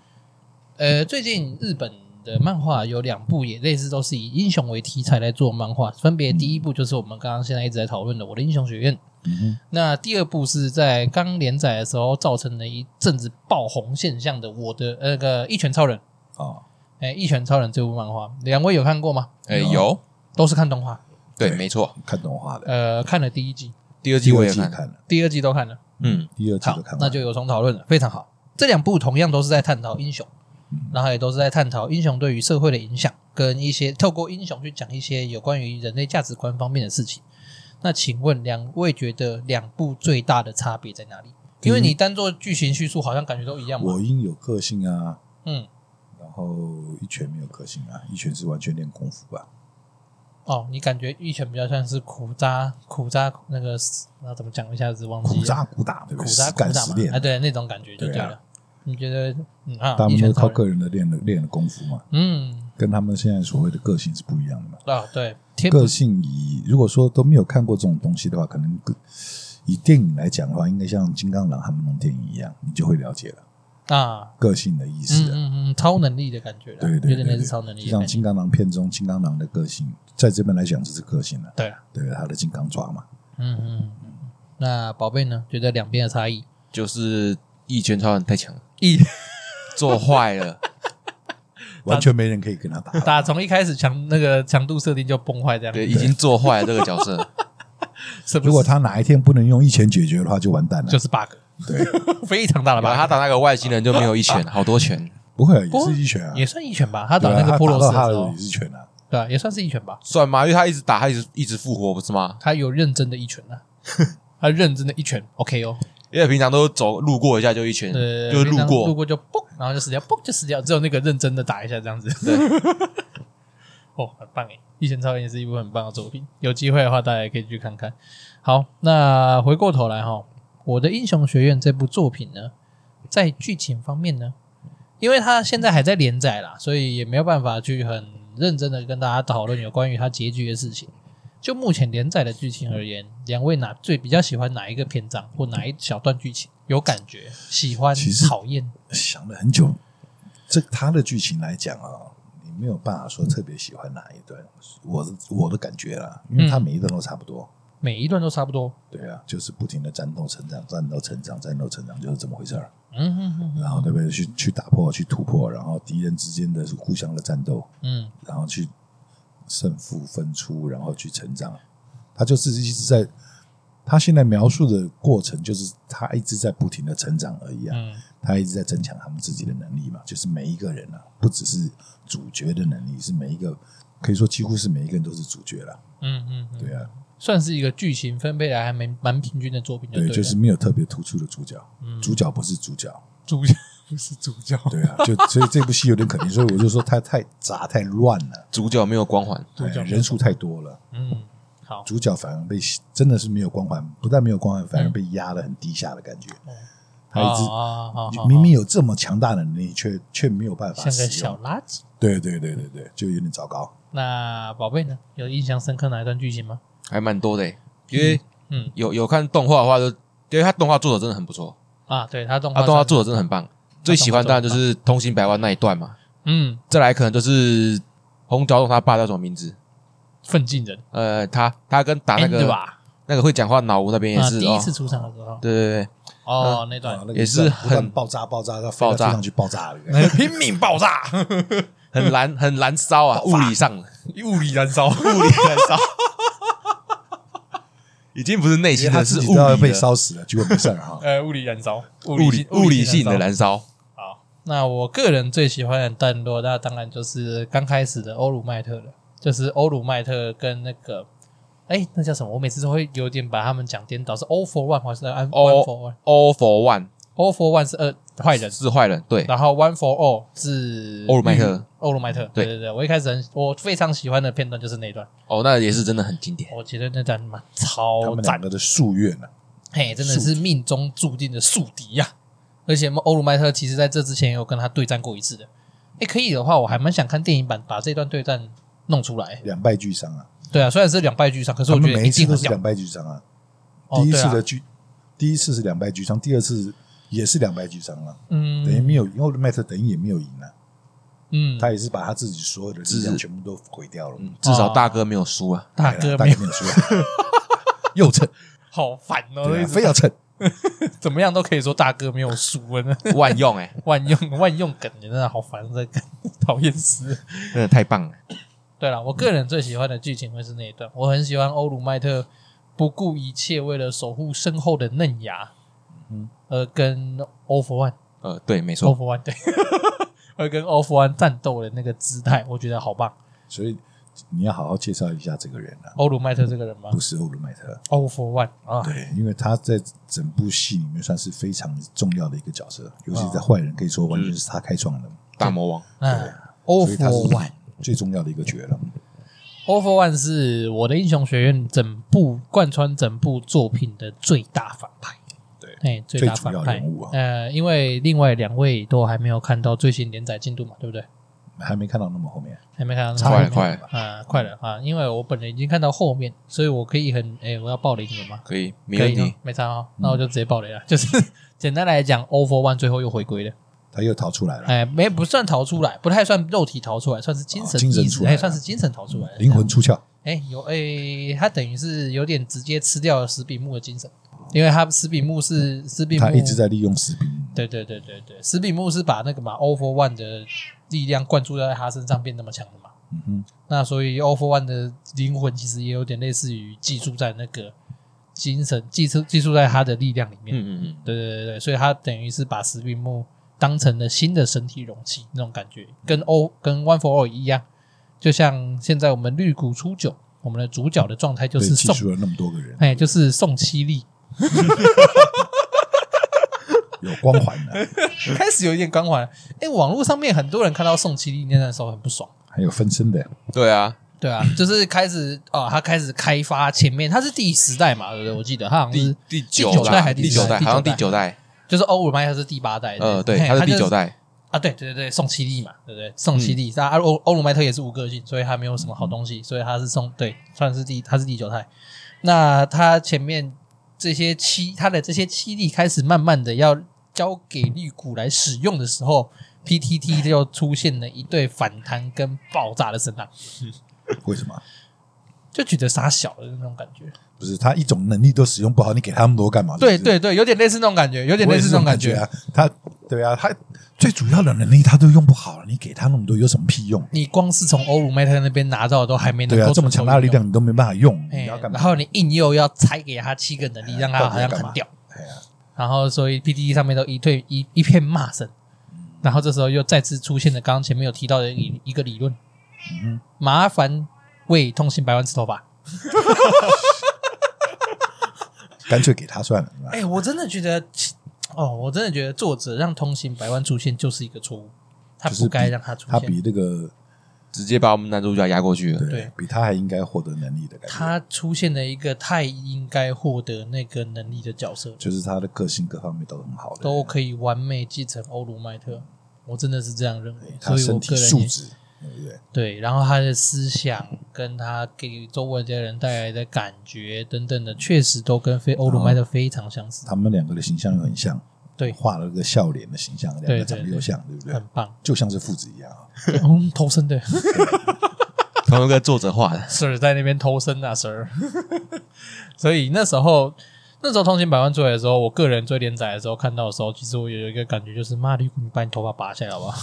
Speaker 1: 呃，最近日本的漫画有两部也类似，都是以英雄为题材来做漫画。分别第一部就是我们刚刚现在一直在讨论的《我的英雄学院》，
Speaker 2: 哼嗯哼，
Speaker 1: 那第二部是在刚连载的时候造成了一阵子爆红现象的《我的呃那个一拳超人》。
Speaker 2: 哦，
Speaker 1: 哎，《一拳超人》这部漫画，两位有看过吗？
Speaker 3: 哎、有，
Speaker 1: 都是看动画，
Speaker 3: 对，没错。
Speaker 2: 看动画的，
Speaker 1: 呃，看了第一季，
Speaker 3: 第二季
Speaker 2: 第
Speaker 3: 我
Speaker 2: 二
Speaker 3: 也
Speaker 2: 季
Speaker 3: 看，
Speaker 2: 看了，
Speaker 1: 第二季都看了。
Speaker 3: 嗯，
Speaker 2: 第二季
Speaker 1: 好
Speaker 2: 都看，完了，
Speaker 1: 那就有从讨论了，非常好。这两部同样都是在探讨英雄，
Speaker 2: 嗯
Speaker 1: 然后也都是在探讨英雄对于社会的影响，跟一些透过英雄去讲一些有关于人类价值观方面的事情。那请问两位觉得两部最大的差别在哪里？因为你单做剧情叙述，好像感觉都一样嘛。
Speaker 2: 嗯我因有个性啊，
Speaker 1: 嗯，
Speaker 2: 然后一拳没有个性啊，一拳是完全练功夫吧，
Speaker 1: 哦，你感觉一拳比较像是苦扎苦扎那个，那怎么讲？我一下子忘记
Speaker 2: 苦
Speaker 1: 了
Speaker 2: 扎苦打，对不
Speaker 1: 苦
Speaker 2: 对？
Speaker 1: 扎
Speaker 2: 实
Speaker 1: 苦
Speaker 2: 干
Speaker 1: 扎
Speaker 2: 实
Speaker 1: 嘛
Speaker 2: 练，
Speaker 1: 啊，对，那种感觉就
Speaker 2: 对啊
Speaker 1: 对了。你觉得嗯啊，
Speaker 2: 他
Speaker 1: 一
Speaker 2: 们
Speaker 1: 拳
Speaker 2: 都
Speaker 1: 超
Speaker 2: 靠
Speaker 1: 人
Speaker 2: 个人的练的练的功夫嘛，
Speaker 1: 嗯
Speaker 2: 跟他们现在所谓的个性是不一样的嘛。
Speaker 1: 啊，对，贴
Speaker 2: 个性以如果说都没有看过这种东西的话，可能个以电影来讲的话，应该像金刚狼他们那种电影一样，你就会了解了
Speaker 1: 啊，
Speaker 2: 个性的意
Speaker 1: 嗯
Speaker 2: 思啊。
Speaker 1: 嗯嗯，超能力的感觉啦，
Speaker 2: 对对
Speaker 1: 有
Speaker 2: 对
Speaker 1: 点类
Speaker 2: 对，
Speaker 1: 似超能力
Speaker 2: 就
Speaker 1: 的
Speaker 2: 像
Speaker 1: 感觉
Speaker 2: 金。刚狼片中金刚狼的个性，在这边来讲就是个性了、
Speaker 1: 对啊，
Speaker 2: 对他的金刚爪嘛，
Speaker 1: 嗯嗯嗯。那宝贝呢？觉得两边的差异？
Speaker 3: 就是一拳超人太强了，
Speaker 1: 一，
Speaker 3: 做坏 了，
Speaker 2: 完全没人可以跟他打。
Speaker 1: 打从一开始强那个强度设定就崩坏这样。
Speaker 3: 对，已经做坏了这个角 色，
Speaker 1: 是不是
Speaker 2: 如果他哪一天不能用一拳解决的话，就完蛋了。
Speaker 1: 就是 bug，
Speaker 2: 对， 啊
Speaker 1: 非常大的 bug。
Speaker 3: 把他打那个外星人就没有一拳，好多拳，
Speaker 2: 不会啊
Speaker 1: 不
Speaker 2: 也是一拳啊，
Speaker 1: 也算一拳吧，他打
Speaker 2: 对啊
Speaker 1: 那个
Speaker 2: 他
Speaker 1: 波罗
Speaker 2: 到
Speaker 1: 斯
Speaker 2: 他
Speaker 1: 的时
Speaker 2: 的
Speaker 1: 候
Speaker 2: 也，是一拳啊。
Speaker 1: 对啊，也算是一拳吧。
Speaker 3: 算吗？因为他一直打，他一直一直复活，不是吗？
Speaker 1: 他有认真的一拳 啊，他认真的一拳 OK 哦，
Speaker 3: 因为平常都走路过一下就一拳，
Speaker 1: 呃，
Speaker 3: 就
Speaker 1: 非
Speaker 3: 路
Speaker 1: 常路
Speaker 3: 过，
Speaker 1: 过就嘣，然后就死掉，嘣就死掉，只有那个认真的打一下这样子。
Speaker 3: 对，
Speaker 1: 哦，很棒诶！《一拳超人》也是一部很棒的作品，有机会的话大家也可以去看看。好，那回过头来哈，我的《英雄学院》这部作品呢，在剧情方面呢，因为它现在还在连载啦，所以也没有办法去很认真的跟大家讨论有关于它结局的事情。就目前连载的剧情而言，两位哪最比较喜欢哪一个篇章或哪一小段剧情？有感觉、喜欢
Speaker 2: 其、实
Speaker 1: 讨厌？
Speaker 2: 想了很久，这他的剧情来讲啊，你没有办法说特别喜欢哪一段。我的我的感觉啦，因为他每一段都差不多。
Speaker 1: 每一段都差不多。
Speaker 2: 对啊，就是不停的战斗、成长、战斗、成长、战斗、成长，就是这么回事儿。
Speaker 1: 嗯哼哼哼，
Speaker 2: 然后对不对？去去打破、去突破，然后敌人之间的互相的战斗，
Speaker 1: 嗯，
Speaker 2: 然后去胜负分出，然后去成长。他就是一直在，他现在描述的过程就是他一直在不停的成长而已啊，
Speaker 1: 嗯
Speaker 2: 他一直在增强他们自己的能力嘛，就是每一个人啊，不只是主角的能力，是每一个可以说几乎是每一个人都是主角了，
Speaker 1: 嗯嗯，嗯
Speaker 2: 对啊，
Speaker 1: 算是一个剧情分配来还蛮蛮平均的作品就
Speaker 2: 对，
Speaker 1: 了
Speaker 2: 就是没有特别突出的主角，
Speaker 1: 嗯
Speaker 2: 主 角不是主角，
Speaker 1: 主角不是主角，
Speaker 2: 对啊，就所以这部戏有点可怜，所以我就说它太杂太乱了，
Speaker 3: 主角没有光环，
Speaker 1: 主角
Speaker 2: 哎人数太多了，
Speaker 1: 嗯，好，
Speaker 2: 主角反而被真的是没有光环，不但没有光环，
Speaker 1: 嗯
Speaker 2: 反而被压得很低下的感觉，他一直
Speaker 1: 啊啊，好
Speaker 2: 明明有这么强大的能力，却却没有办
Speaker 1: 好
Speaker 2: 法
Speaker 1: 像个
Speaker 2: 使
Speaker 1: 小
Speaker 2: 用。
Speaker 1: 垃圾。
Speaker 2: 对对对对对，就有点糟糕。
Speaker 1: 那宝贝呢？有印象深刻哪一段剧情吗？
Speaker 3: 还蛮多的欸。因为
Speaker 1: 嗯
Speaker 3: 有有看动画的话，就因为他动画做的真的很不错，
Speaker 1: 啊，对他动画
Speaker 3: 他
Speaker 1: 上，
Speaker 3: 动画做的真的很棒。最喜欢当然就是《通行百万》那一段嘛，
Speaker 1: 嗯，
Speaker 3: 再来可能就是红角洞他爸叫什么名字？
Speaker 1: 奋进人
Speaker 3: 呃，他他跟打那
Speaker 1: End
Speaker 3: 个
Speaker 1: 吧，
Speaker 3: 那个会讲话脑无那边也
Speaker 1: 啊，
Speaker 3: 是
Speaker 1: 第
Speaker 3: 哦嗯
Speaker 1: 一，次出场的时候，
Speaker 3: 对对对，
Speaker 1: 哦，那段。
Speaker 2: 啊那个
Speaker 3: 也
Speaker 2: 不
Speaker 3: 是
Speaker 2: 断不断
Speaker 3: 很
Speaker 2: 爆炸爆炸，要飞
Speaker 3: 爆
Speaker 2: 到
Speaker 3: 炸
Speaker 2: 天上去爆炸了。哎
Speaker 3: 拼命爆炸，很燃很燃烧啊，物理上的，
Speaker 2: 物理燃烧，
Speaker 3: 物理燃烧，已经不是内
Speaker 2: 其实
Speaker 3: 心
Speaker 2: 他
Speaker 3: 的，
Speaker 2: 自
Speaker 3: 是
Speaker 2: 己
Speaker 3: 物
Speaker 2: 都要
Speaker 3: 理
Speaker 2: 被
Speaker 3: 的
Speaker 2: 烧死了，结果没事儿啊哈
Speaker 1: 呃，物理燃烧，物
Speaker 3: 物理物理性的。燃烧。
Speaker 1: 好，那我个人最喜欢的段落，那当然就是刚开始的欧鲁麦特了，就是欧鲁麦特跟那个。哎，那叫什么？我每次都会有点把他们讲颠倒，是 O for one 还是呃 One
Speaker 3: O-
Speaker 1: for
Speaker 3: All for one
Speaker 1: one？O for one 是呃坏人，
Speaker 3: 是坏人，对，
Speaker 1: 然后 One for All 是
Speaker 3: 欧鲁麦特，
Speaker 1: 欧鲁麦特，对
Speaker 3: 对
Speaker 1: 对对，我一开始很我非常喜欢的片段就是那一段，
Speaker 3: 哦，那也是真的很经典。
Speaker 1: 我觉得那段妈
Speaker 2: 他
Speaker 1: 超
Speaker 2: 们两
Speaker 1: 哦赞，
Speaker 2: 个的夙愿啊呢，
Speaker 1: 嘿，真的是命中注定的宿敌呀、而且欧鲁麦特其实在这之前也有跟他对战过一次的，哎，可以的话，我还蛮想看电影版把这段对战弄出来。
Speaker 2: 两败俱伤啊。
Speaker 1: 对啊，虽然是两败俱伤，可是
Speaker 2: 他
Speaker 1: 我
Speaker 2: 们
Speaker 1: 觉得
Speaker 2: 每
Speaker 1: 一
Speaker 2: 一次
Speaker 1: 定
Speaker 2: 都
Speaker 1: 很
Speaker 2: 是
Speaker 1: 屌
Speaker 2: 两。败俱伤啊。
Speaker 1: 哦
Speaker 2: 第一
Speaker 1: 对
Speaker 2: 次
Speaker 1: 啊
Speaker 2: 的俱，第一次是两败俱伤，第二次也是两败俱伤啊，等于
Speaker 1: 嗯
Speaker 2: 没有赢。奥利麦特等于也没有赢啊，
Speaker 1: 嗯，
Speaker 2: 他也是把他自己所有的力量
Speaker 3: 是
Speaker 2: 全部都毁掉了。
Speaker 3: 嗯，至少大哥没有输啊。
Speaker 1: 大
Speaker 2: 对
Speaker 1: 哥
Speaker 2: 啊大
Speaker 1: 没
Speaker 2: 哥
Speaker 1: 有
Speaker 2: 没有 输啊，又蹭，
Speaker 1: 好烦哦，
Speaker 2: 对
Speaker 1: 一
Speaker 2: 啊
Speaker 1: 直
Speaker 2: 非要蹭。
Speaker 1: 怎么样都可以说大哥没有输了呢。
Speaker 3: 万用哎、
Speaker 1: 万用万用梗，你真的好烦，这个 讨厌死了。
Speaker 3: 真的太棒了。
Speaker 1: 对了，我个人最喜欢的剧情会是那一段，我很喜欢欧鲁麦特不顾一切为了守护身后的嫩芽，
Speaker 2: 嗯
Speaker 1: 而跟欧弗万
Speaker 3: 呃，对，没
Speaker 1: 欧
Speaker 3: 错，
Speaker 1: 弗万对， 而跟欧弗万战斗的那个姿态，我觉得好棒。
Speaker 2: 所以你要好好介绍一下这个人啊，
Speaker 1: 欧鲁麦特这个人吗
Speaker 2: 不？是欧鲁麦特，
Speaker 1: 欧弗万啊，
Speaker 2: 对，因为他在整部戏里面算是非常重要的一个角色，尤其
Speaker 1: 啊
Speaker 2: 在坏人可以说完全是他开创的，
Speaker 3: 大魔王
Speaker 1: 嗯，欧
Speaker 2: 所以他
Speaker 1: 弗万
Speaker 2: 是，最重要的一个角了。
Speaker 1: 欧弗万是我的英雄学院整部贯穿整部作品的最大反派。
Speaker 2: 对
Speaker 1: 哎，最大
Speaker 2: 最主
Speaker 1: 反
Speaker 2: 要
Speaker 1: 派
Speaker 2: 人物啊
Speaker 1: 呃，因为另外两位都还没有看到最新连载进度嘛，对不对？
Speaker 2: 还没看到那么后面，
Speaker 1: 还没看到那
Speaker 2: 差
Speaker 1: 么后
Speaker 3: 快
Speaker 1: 面，
Speaker 3: 了快了，
Speaker 1: 啊，快了啊！因为我本人已经看到后面，所以我可以很哎，我要爆雷你们吗？
Speaker 3: 可以没
Speaker 1: 可
Speaker 3: 问
Speaker 1: 以哦
Speaker 3: 题，，
Speaker 1: 没差哦，
Speaker 2: 嗯
Speaker 1: 那我就直接爆雷了。就是 简单来讲，O for One 最后又回归了，
Speaker 2: 他又逃出来了，
Speaker 1: 哎，没不算逃出来，不太算肉体逃出来，算是精神
Speaker 2: 哦精神
Speaker 1: 意
Speaker 2: 出
Speaker 1: 识，
Speaker 2: 来
Speaker 1: 哎，
Speaker 2: 了
Speaker 1: 算是精神逃出来了，
Speaker 2: 灵魂出窍，
Speaker 1: 哎，有哎，他等于是有点直接吃掉了史比木的精神，因为他史比木是史比木
Speaker 2: 他一直在利用士兵。
Speaker 1: 对对对对对，史比木是把那个嘛 O for One 的力量灌注在他身上变那么强的嘛。
Speaker 2: 嗯哼，
Speaker 1: 那所以 o f o r One 的灵魂其实也有点类似于寄宿在那个精神寄宿寄宿在他的力量里面。
Speaker 3: 嗯嗯嗯，
Speaker 1: 对对对对，所以他等于是把石壁木当成了新的身体容器那种感觉，跟 O 跟 One for All 一样，就像现在我们绿谷初九，我们的主角的状态就
Speaker 2: 对，
Speaker 1: 是
Speaker 2: 记
Speaker 1: 宋，
Speaker 2: 住了那么多个人，
Speaker 1: 哎，就是宋七力，
Speaker 2: 有光环的，
Speaker 1: 开始有一点光环。哎，网络上面很多人看到宋七力那段时候很不爽。
Speaker 2: 还有分身的，
Speaker 3: 对啊，
Speaker 1: 对啊，就是开始啊、他开始开发前面，他是第十代嘛，对不对？我记得他好像是
Speaker 3: 第嗯第
Speaker 1: 九
Speaker 3: 九
Speaker 1: 代还
Speaker 3: 代，
Speaker 1: 是第
Speaker 3: 第九
Speaker 1: 十代
Speaker 3: 代，好像
Speaker 1: 第
Speaker 3: 第
Speaker 1: 九代
Speaker 3: 九代，
Speaker 1: 就是哦欧鲁麦特是第八代，
Speaker 3: 呃，对，
Speaker 1: 嘿
Speaker 3: 他是第
Speaker 1: 就
Speaker 3: 九代，
Speaker 1: 啊，对对对，宋七力嘛，对不对？宋
Speaker 2: 嗯
Speaker 1: 七力，他欧欧鲁麦特也是无个性，所以他没有什么好东
Speaker 2: 嗯
Speaker 1: 西，所以他是宋对，算是第他是第九代。那他前面这些七，他的这些七力开始慢慢的要交给绿谷来使用的时候，PTT 就出现了一对反弹跟爆炸的声浪，
Speaker 2: 为什么？
Speaker 1: 就觉得傻小的那种感觉。
Speaker 2: 不是他一种能力都使用不好，你给他那么多干嘛？
Speaker 1: 对
Speaker 2: 是不
Speaker 1: 对
Speaker 2: 是，
Speaker 1: 对，有点类似那种感觉，有点啊
Speaker 2: 我
Speaker 1: 类
Speaker 2: 也
Speaker 1: 似
Speaker 2: 是
Speaker 1: 那种
Speaker 2: 感
Speaker 1: 感觉。
Speaker 2: 啊。他对啊，他最主要的能力他都用不好，你给他那么多有什么屁用？
Speaker 1: 你光是从欧鲁麦特那边拿到的都还哎没能
Speaker 2: 对
Speaker 1: 够、
Speaker 2: 啊，这么强大的力，量你都没办法用，
Speaker 1: 哎
Speaker 2: 你要干嘛
Speaker 1: 然？后你硬又要拆给他七个能力，让他好像
Speaker 2: 到底要干嘛
Speaker 1: 很屌，
Speaker 2: 哎呀，
Speaker 1: 然后所以 PPT 上面都一对一一片骂声，然后这时候又再次出现了刚刚前面有提到的一一个理论，
Speaker 2: 嗯
Speaker 1: 麻烦为通信百万吃头发。
Speaker 2: 干脆给他算了。是吧
Speaker 1: 哎、我真的觉得，哦，我真的觉得作者让通信百万出现就是一个错误，他
Speaker 2: 就是
Speaker 1: 不
Speaker 2: 比
Speaker 1: 该让他出
Speaker 2: 他
Speaker 1: 现。
Speaker 2: 比那个
Speaker 3: 直接把我们男主角压过 去了。
Speaker 2: 对
Speaker 1: 对
Speaker 2: 比他还应该获得能力的感觉，
Speaker 1: 他出现了一个太应该获得那个能力的角色，
Speaker 2: 就是他的个性各方面都很好的，
Speaker 1: 都可以完美继承欧鲁麦特。我真的是这样认为，
Speaker 2: 哎他
Speaker 1: 所以
Speaker 2: 身
Speaker 1: 我
Speaker 2: 体
Speaker 1: 个
Speaker 2: 素
Speaker 1: 人也
Speaker 2: 质，对不对？
Speaker 1: 对，然后他的思想跟他给周围的人带来的感觉等等的，确实都跟非欧鲁麦特非常相似，
Speaker 2: 他们两个的形象又很像，
Speaker 1: 对
Speaker 2: 画了个笑脸的形象，两
Speaker 1: 对
Speaker 2: 个
Speaker 1: 对
Speaker 2: 长得又像，对不对
Speaker 1: 很？棒，
Speaker 2: 就像是父子一样啊，
Speaker 1: 嗯，偷生的
Speaker 3: 同一个作者画的，
Speaker 1: Sir 在那边偷生啊，Sir。所以那时候，那时候《通勤百万》出来的时候，我个人追连载的时候看到的时候，其实我有一个感觉就是，妈，绿谷，你把你头发拔下来好不 好？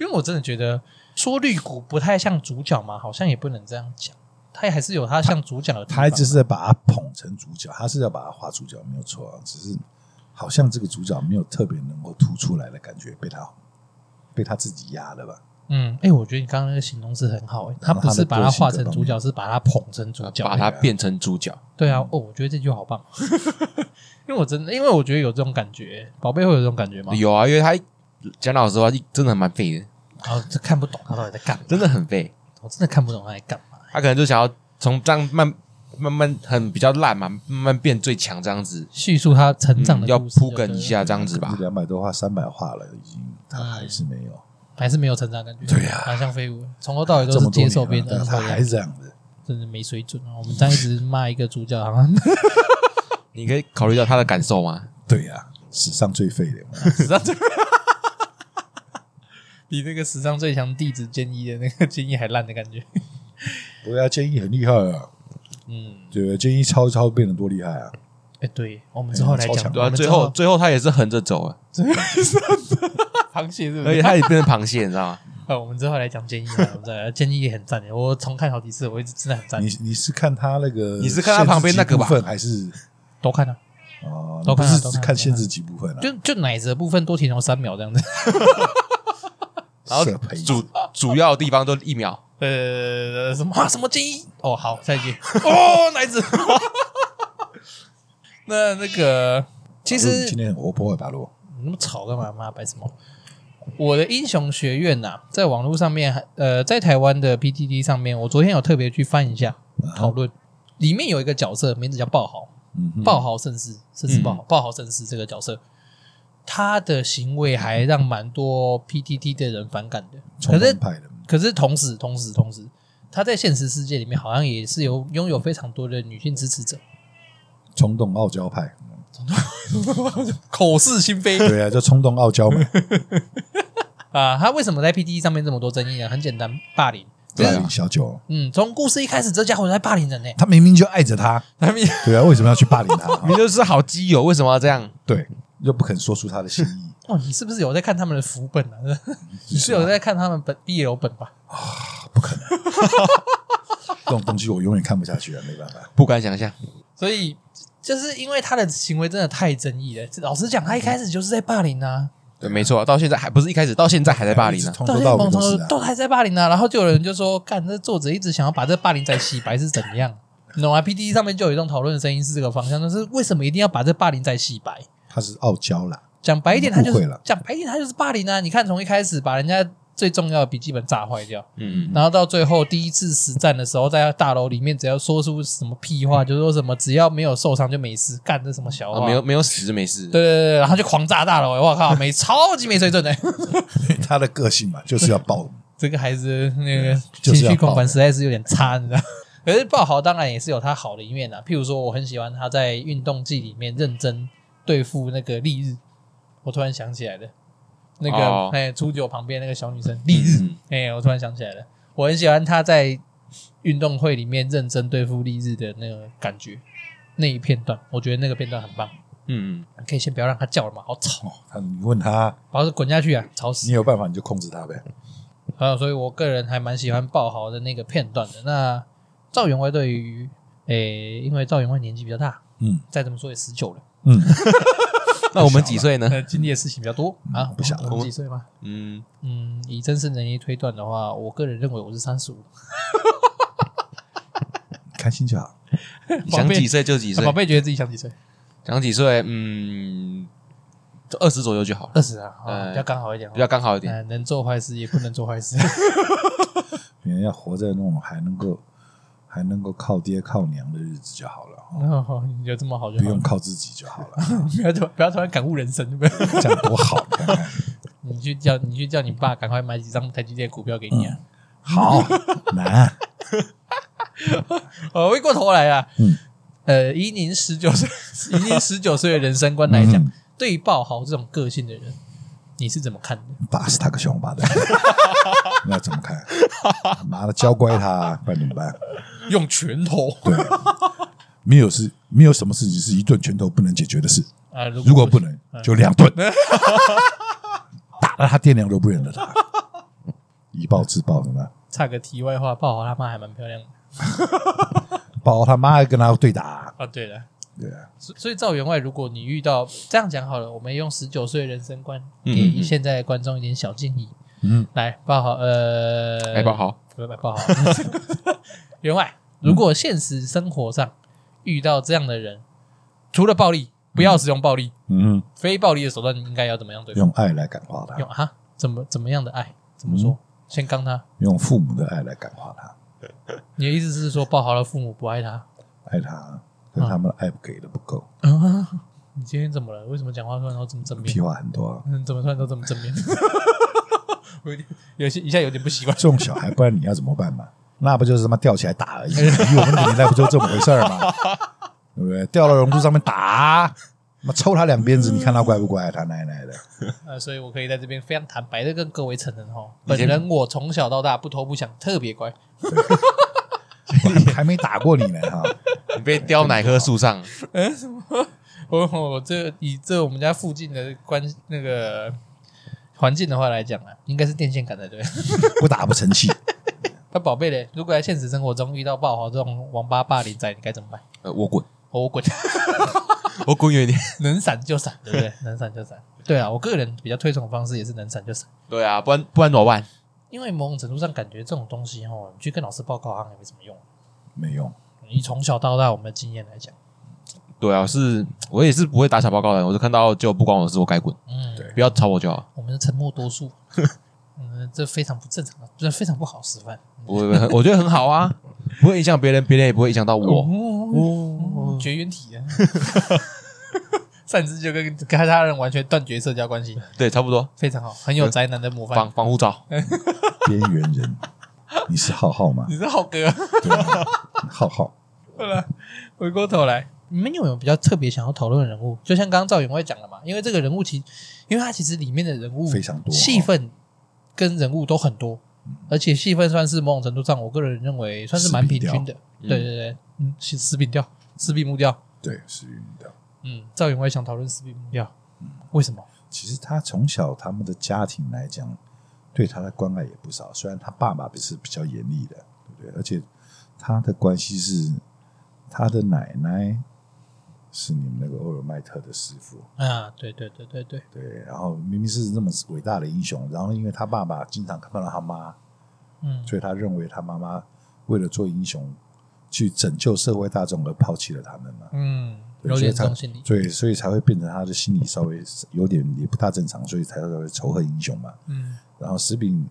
Speaker 1: 因为我真的觉得说绿谷不太像主角嘛，好像也不能这样讲，他还是有他像主角的地
Speaker 2: 他
Speaker 1: 方。
Speaker 2: 就是在把他捧成主角，他是要把他画主角，没有错啊，只是好像这个主角没有特别能够突出来的感觉，被他被他自己压了吧？
Speaker 1: 嗯，哎、我觉得你刚刚那个形容词很好、欸，他不是把他画成主角，是把他捧成
Speaker 2: 啊
Speaker 1: 主角、
Speaker 3: 把他变成主角。
Speaker 1: 对啊，哦，我觉得这句好棒， 因为我真的，因为我觉得有这种感觉，宝贝会有这种感觉吗？
Speaker 2: 哎
Speaker 3: 有啊，因为他讲老实话，真的蛮废的，
Speaker 1: 然后这看不懂他到底在干嘛，
Speaker 3: 真的很废。
Speaker 1: 我真的看不懂他在干嘛。
Speaker 3: 他可能就想要从这样慢慢慢很比较烂嘛，慢慢变最强这样子，
Speaker 1: 叙述他成长
Speaker 3: 嗯
Speaker 1: 的、
Speaker 3: 要铺梗一，下这样子吧。
Speaker 2: 两百多画，三百画了，已经他还是没有，
Speaker 1: 还是没有成长感觉。
Speaker 2: 对啊
Speaker 1: 蛮像废物，从头到尾嗯
Speaker 2: 这
Speaker 1: 都是
Speaker 2: 么多
Speaker 1: 接受别
Speaker 2: 年
Speaker 1: 人
Speaker 2: 了，
Speaker 1: 的
Speaker 2: 但
Speaker 1: 恩
Speaker 2: 他
Speaker 1: 惠
Speaker 2: 还是这样子。
Speaker 1: 真的没水准啊！我们这样一直骂一个主角，好像
Speaker 3: 你可以考虑到他的感受吗？啊
Speaker 2: 对呀、史上最废的嘛，
Speaker 1: 史上最比那个史上最强弟子建议的那个建议还烂的感觉。
Speaker 2: 不过他建议很厉害啊，
Speaker 1: 嗯，
Speaker 2: 对吧？建议超超变得多厉害啊！
Speaker 1: 哎，对，我们之后来
Speaker 2: 超强
Speaker 1: 讲，
Speaker 3: 对啊，
Speaker 1: 我们
Speaker 3: 最
Speaker 1: 之
Speaker 3: 后最后他也是横着走了，
Speaker 1: 螃蟹是不
Speaker 2: 哎
Speaker 3: 而且
Speaker 1: 是？
Speaker 3: 他也变成螃蟹，你知道吗？
Speaker 1: 呃，我们之后来讲建议啊，我们再来建议也很赞的，我重看好几次，我一直真的很赞
Speaker 2: 你，你是看他那个，
Speaker 3: 你是看他旁边那个吧
Speaker 2: 部分，还是
Speaker 1: 都看啊了，
Speaker 2: 哦，
Speaker 1: 都
Speaker 2: 不
Speaker 1: 看啊
Speaker 2: 是
Speaker 1: 都
Speaker 2: 只
Speaker 1: 看啊
Speaker 2: 看限制级部分啊？
Speaker 1: 就就奶子的部分多停留三秒这样子。
Speaker 3: 然后
Speaker 2: 社培
Speaker 3: 主主要地方都一秒，
Speaker 1: 呃，什么、啊、什么建议？哦，好，下一句。 哦，奶子。 那那个，其
Speaker 2: 哦你
Speaker 1: 实
Speaker 2: 今天很活泼啊，大陆，
Speaker 1: 你那么吵干嘛？妈摆什么？我的英雄学院呐、在网络上面还，呃，在台湾的 PTT 上面，我昨天有特别去翻一下
Speaker 2: 啊
Speaker 1: 讨论，里面有一个角色名字叫爆豪，
Speaker 2: 嗯哼，
Speaker 1: 爆豪盛世，盛世爆豪，爆豪盛世这个角色，他的行为还让蛮多 PTT 的人反感的。可
Speaker 2: 冲
Speaker 1: 是
Speaker 2: 锋派的，
Speaker 1: 可是同时，同时，同时，她在现实世界里面好像也是有拥有非常多的女性支持者，
Speaker 2: 冲动傲娇派，嗯
Speaker 1: 口是心非
Speaker 2: 对啊，叫冲动傲娇嘛，
Speaker 1: 啊！她为什么在 PTT 上面这么多争议呢？很简单，霸凌。
Speaker 2: 对啊，小九，
Speaker 1: 嗯，从故事一开始，这家伙就在霸凌人呢、
Speaker 2: 他明明就爱着他，
Speaker 1: 他们
Speaker 2: 对啊，为什么要去霸凌他？
Speaker 3: 你就是好基友，为什么要这样？
Speaker 2: 对，又不肯说出他的心意，
Speaker 1: 哦，你是不是有在看他们的副本啊？ 你是有在看他们本 BL 本吧？
Speaker 2: 这种东西我永远看不下去啊了，没办法。
Speaker 3: 不敢想象，
Speaker 1: 所以就是因为他的行为真的太争议了。老实讲，他一开始就是在霸凌啊，
Speaker 3: 对，没错，到现在还不是一开始，到现在还在霸凌
Speaker 2: 一 直
Speaker 3: 呢。
Speaker 2: 从
Speaker 1: 到
Speaker 2: 头
Speaker 1: 现在
Speaker 2: 到尾
Speaker 1: 网
Speaker 2: 都
Speaker 1: 上
Speaker 2: 是啊，
Speaker 1: 都还在霸凌啊，然后就有人就说，干这作者一直想要把这霸凌仔洗白是怎样？你懂吗？PPT 上面就有一种讨论的声音是这个方向，就是为什么一定要把这霸凌仔洗白？
Speaker 2: 他是傲娇啦，
Speaker 1: 讲白一点，他就
Speaker 2: 误嗯会
Speaker 1: 是
Speaker 2: 了
Speaker 1: 讲白一点，他就是霸凌啊！你看，从一开始把人家最重要的笔记本炸坏掉，
Speaker 3: 嗯，
Speaker 1: 然后到最后第一次实战的时候，在大楼里面，只要说出什么屁话，就说什么只要没有受伤就没事，干这什么小
Speaker 3: 啊，
Speaker 1: 话，
Speaker 3: 没有没有死就没事。
Speaker 1: 对对对对，然后就狂炸大楼，我靠， 没超级没水准的、
Speaker 2: 因为他的个性嘛，就是要暴，
Speaker 1: 这个孩子那个
Speaker 2: 就
Speaker 1: 情
Speaker 2: 是要
Speaker 1: 绪控
Speaker 2: 爆的
Speaker 1: 管实在是有点差，你知道。 可是爆豪当然也是有他好的一面的、啊譬如说我很喜欢他在运动季里面认真对付那个丽日，我突然想起来了，那个哎、
Speaker 3: 哦
Speaker 1: 初九旁边那个小女生丽日，
Speaker 3: 嗯
Speaker 1: 哎、我突然想起来了，我很喜欢他在运动会里面认真对付丽日的那个感觉，那一片段，我觉得那个片段很棒。
Speaker 3: 嗯，
Speaker 1: 可以先不要让它叫了嘛，好吵，
Speaker 2: 哦，他你问他，
Speaker 1: 把它滚下去啊，吵死
Speaker 2: 你。有办法你就控制他呗。
Speaker 1: 还啊有，所以我个人还蛮喜欢爆豪的那个片段的。那赵员外对于，诶、因为赵员外年纪比较大，
Speaker 2: 嗯
Speaker 1: 再怎么说也十九了，
Speaker 2: 嗯，
Speaker 3: 那我们几 岁呢？
Speaker 1: 呃，经历的事情比较多啊。
Speaker 2: 不晓得
Speaker 1: 我们几岁吗？
Speaker 3: 嗯，
Speaker 1: 嗯，以真实能力推断的话，我个人认为我是三十五。
Speaker 2: 开心就好。
Speaker 3: 你想几岁就几岁
Speaker 1: 啊宝，贝觉得自己想几岁？
Speaker 3: 想几岁，嗯，就二十左右就好了，
Speaker 1: 二十啊，哦
Speaker 3: 呃
Speaker 1: 比较刚好一点哦，
Speaker 3: 比较刚好一点。
Speaker 1: 呃能做坏事也不能做坏事。
Speaker 2: 人要活在那种还能够还能够靠爹靠娘的日子就好了，哦
Speaker 1: 哦，你觉得这么好就
Speaker 2: 不
Speaker 1: 好
Speaker 2: 用
Speaker 1: 了，
Speaker 2: 靠自己就好了，
Speaker 1: 不要 突不要突然感悟人生，对 不对？
Speaker 2: 这样多好！你看看
Speaker 1: 你去叫你去叫你爸赶快买几张台积电股票给你啊！
Speaker 2: 好难，
Speaker 1: 呃，回过头来啊，
Speaker 2: 嗯
Speaker 1: 呃，以您十九岁， 以您十九岁的人生观来讲，
Speaker 2: 嗯
Speaker 1: 对爆豪这种个性的人，你是怎么看的？
Speaker 2: 打死他个王八蛋！ 那怎么看？妈的，教乖他，不然怎么办？
Speaker 1: 用拳头
Speaker 2: 对，没有事，没有什么事情是一顿拳头不能解决的事。
Speaker 1: 啊、如
Speaker 2: 如果不能，就两顿，打了他爹娘都不忍得打，以暴制暴，怎么办？
Speaker 1: 差个题外话，爆豪他妈还蛮漂亮的
Speaker 2: 包他妈跟他对打、
Speaker 1: 啊。对了，
Speaker 2: 对啊，
Speaker 1: 所所以赵员外，如果你遇到这样讲好了，我们用十九岁的人生观
Speaker 3: 嗯嗯
Speaker 1: 给
Speaker 3: 嗯
Speaker 1: 现在的观众一点小建议，
Speaker 2: 嗯，
Speaker 1: 来爆豪，呃，
Speaker 3: 哎，不好，
Speaker 1: 不不不好。 员外，如果现实生活上遇到这样的人，除了暴力，不要使用暴力，
Speaker 2: 嗯，
Speaker 1: 非暴力的手段你应该要怎么样对付？
Speaker 2: 用爱嗯来感化他，
Speaker 1: 用啊，怎么怎么样的爱？怎么说？先刚他。
Speaker 2: 用父母的爱来感化他，
Speaker 1: 你的意思是说，抱好了父母不爱他？
Speaker 2: 爱他，可是他们的爱给的不够，
Speaker 1: 你今天怎么了？为什么讲话突然都这么正面
Speaker 2: 屁？话很多、啊。
Speaker 1: 嗯，怎么突然都这么正 面？我有点有些一下有点不习惯。
Speaker 2: 这种小孩，不然你要怎么办嘛？ 那不就是他妈吊起来打而已？以我们那个年代不就这么回事儿吗？对不对？吊到榕树上面打，妈抽他两鞭子，你看他乖不乖？他奶奶的！
Speaker 1: 呃，所以我可以在这边非常坦白的跟各位承认哦，
Speaker 3: 你
Speaker 1: 本
Speaker 3: 先
Speaker 1: 人我从小到大不偷不抢，特别乖。
Speaker 2: 我还没打过你呢哈！
Speaker 3: 你被叼哪棵树上？
Speaker 1: 我我哦这以这我们家附近的关那个环境的话来讲啊，应该是电线杆才对。
Speaker 2: 不打不成器，
Speaker 1: 那宝贝嘞，如果在现实生活中遇到爆豪这种王八霸凌仔，你该怎么办？
Speaker 3: 呃，我滚，
Speaker 1: 哦我滚，
Speaker 3: 我滚远一点。
Speaker 1: 能闪就闪，对不对？能闪就闪。对啊，我个人比较推崇的方式也是能闪就闪，
Speaker 3: 对啊，不然不然怎么办？
Speaker 1: 因为某种程度上感觉这种东西哦，你去跟老师报告好像也没什么用。
Speaker 2: 没用。
Speaker 1: 以从小到大我们的经验来讲，
Speaker 3: 对啊，是我也是不会打小报告的，我就看到就不关我的事，我该滚，
Speaker 1: 嗯，
Speaker 2: 对
Speaker 3: 不要吵我就好。
Speaker 1: 我们的沉默多数， 嗯，这非常不正常，这非常不好示范。
Speaker 3: 我我觉得很好啊，不会影响别人，别人也不会影响到我。
Speaker 1: 哦，绝缘体啊！ 擅自就跟跟他人完全断绝社交关系，
Speaker 3: 对，差不多，
Speaker 1: 非常好，很有宅男的模范
Speaker 3: 防。防护罩。
Speaker 2: 边缘人，你是浩浩吗
Speaker 1: 你？是好哥，
Speaker 2: 对啊浩浩，
Speaker 1: 对了，回过头来，你们有没有比较特别想要讨论的人物？就像刚刚赵永外讲的嘛，因为这个人物其，因为他其实里面的人物
Speaker 2: 非常多哦嗯
Speaker 1: 戏份跟人物都很多，而且戏份算是某种程度上，我个人认为算是蛮平均的。
Speaker 3: 比
Speaker 1: 对
Speaker 3: 掉
Speaker 1: 对对，嗯，是四并调，四并木调。
Speaker 2: 对，是云的。
Speaker 1: 嗯，赵永外想讨论四并木调，
Speaker 2: 嗯
Speaker 1: 为什么？
Speaker 2: 其实他从小他们的家庭来讲，对他的关爱也不少。虽然他爸爸是比较严厉的，对不对？而且他的关系是他的奶奶是你们那个欧尔麦特的师傅，
Speaker 1: 啊，对对对对对，
Speaker 2: 对。然后明明是那么伟大的英雄，然后因为他爸爸经常看到他妈，
Speaker 1: 嗯，
Speaker 2: 所以他认为他妈妈为了做英雄去拯救社会大众而抛弃了他们嘛。
Speaker 1: 嗯，
Speaker 2: 对
Speaker 1: 有
Speaker 2: 所以
Speaker 1: 点
Speaker 2: 才
Speaker 1: 中心理，
Speaker 2: 所以，所以才会变成他的心理稍微有点也不大正常，所以才会仇恨英雄嘛。
Speaker 1: 嗯
Speaker 2: 然后石炳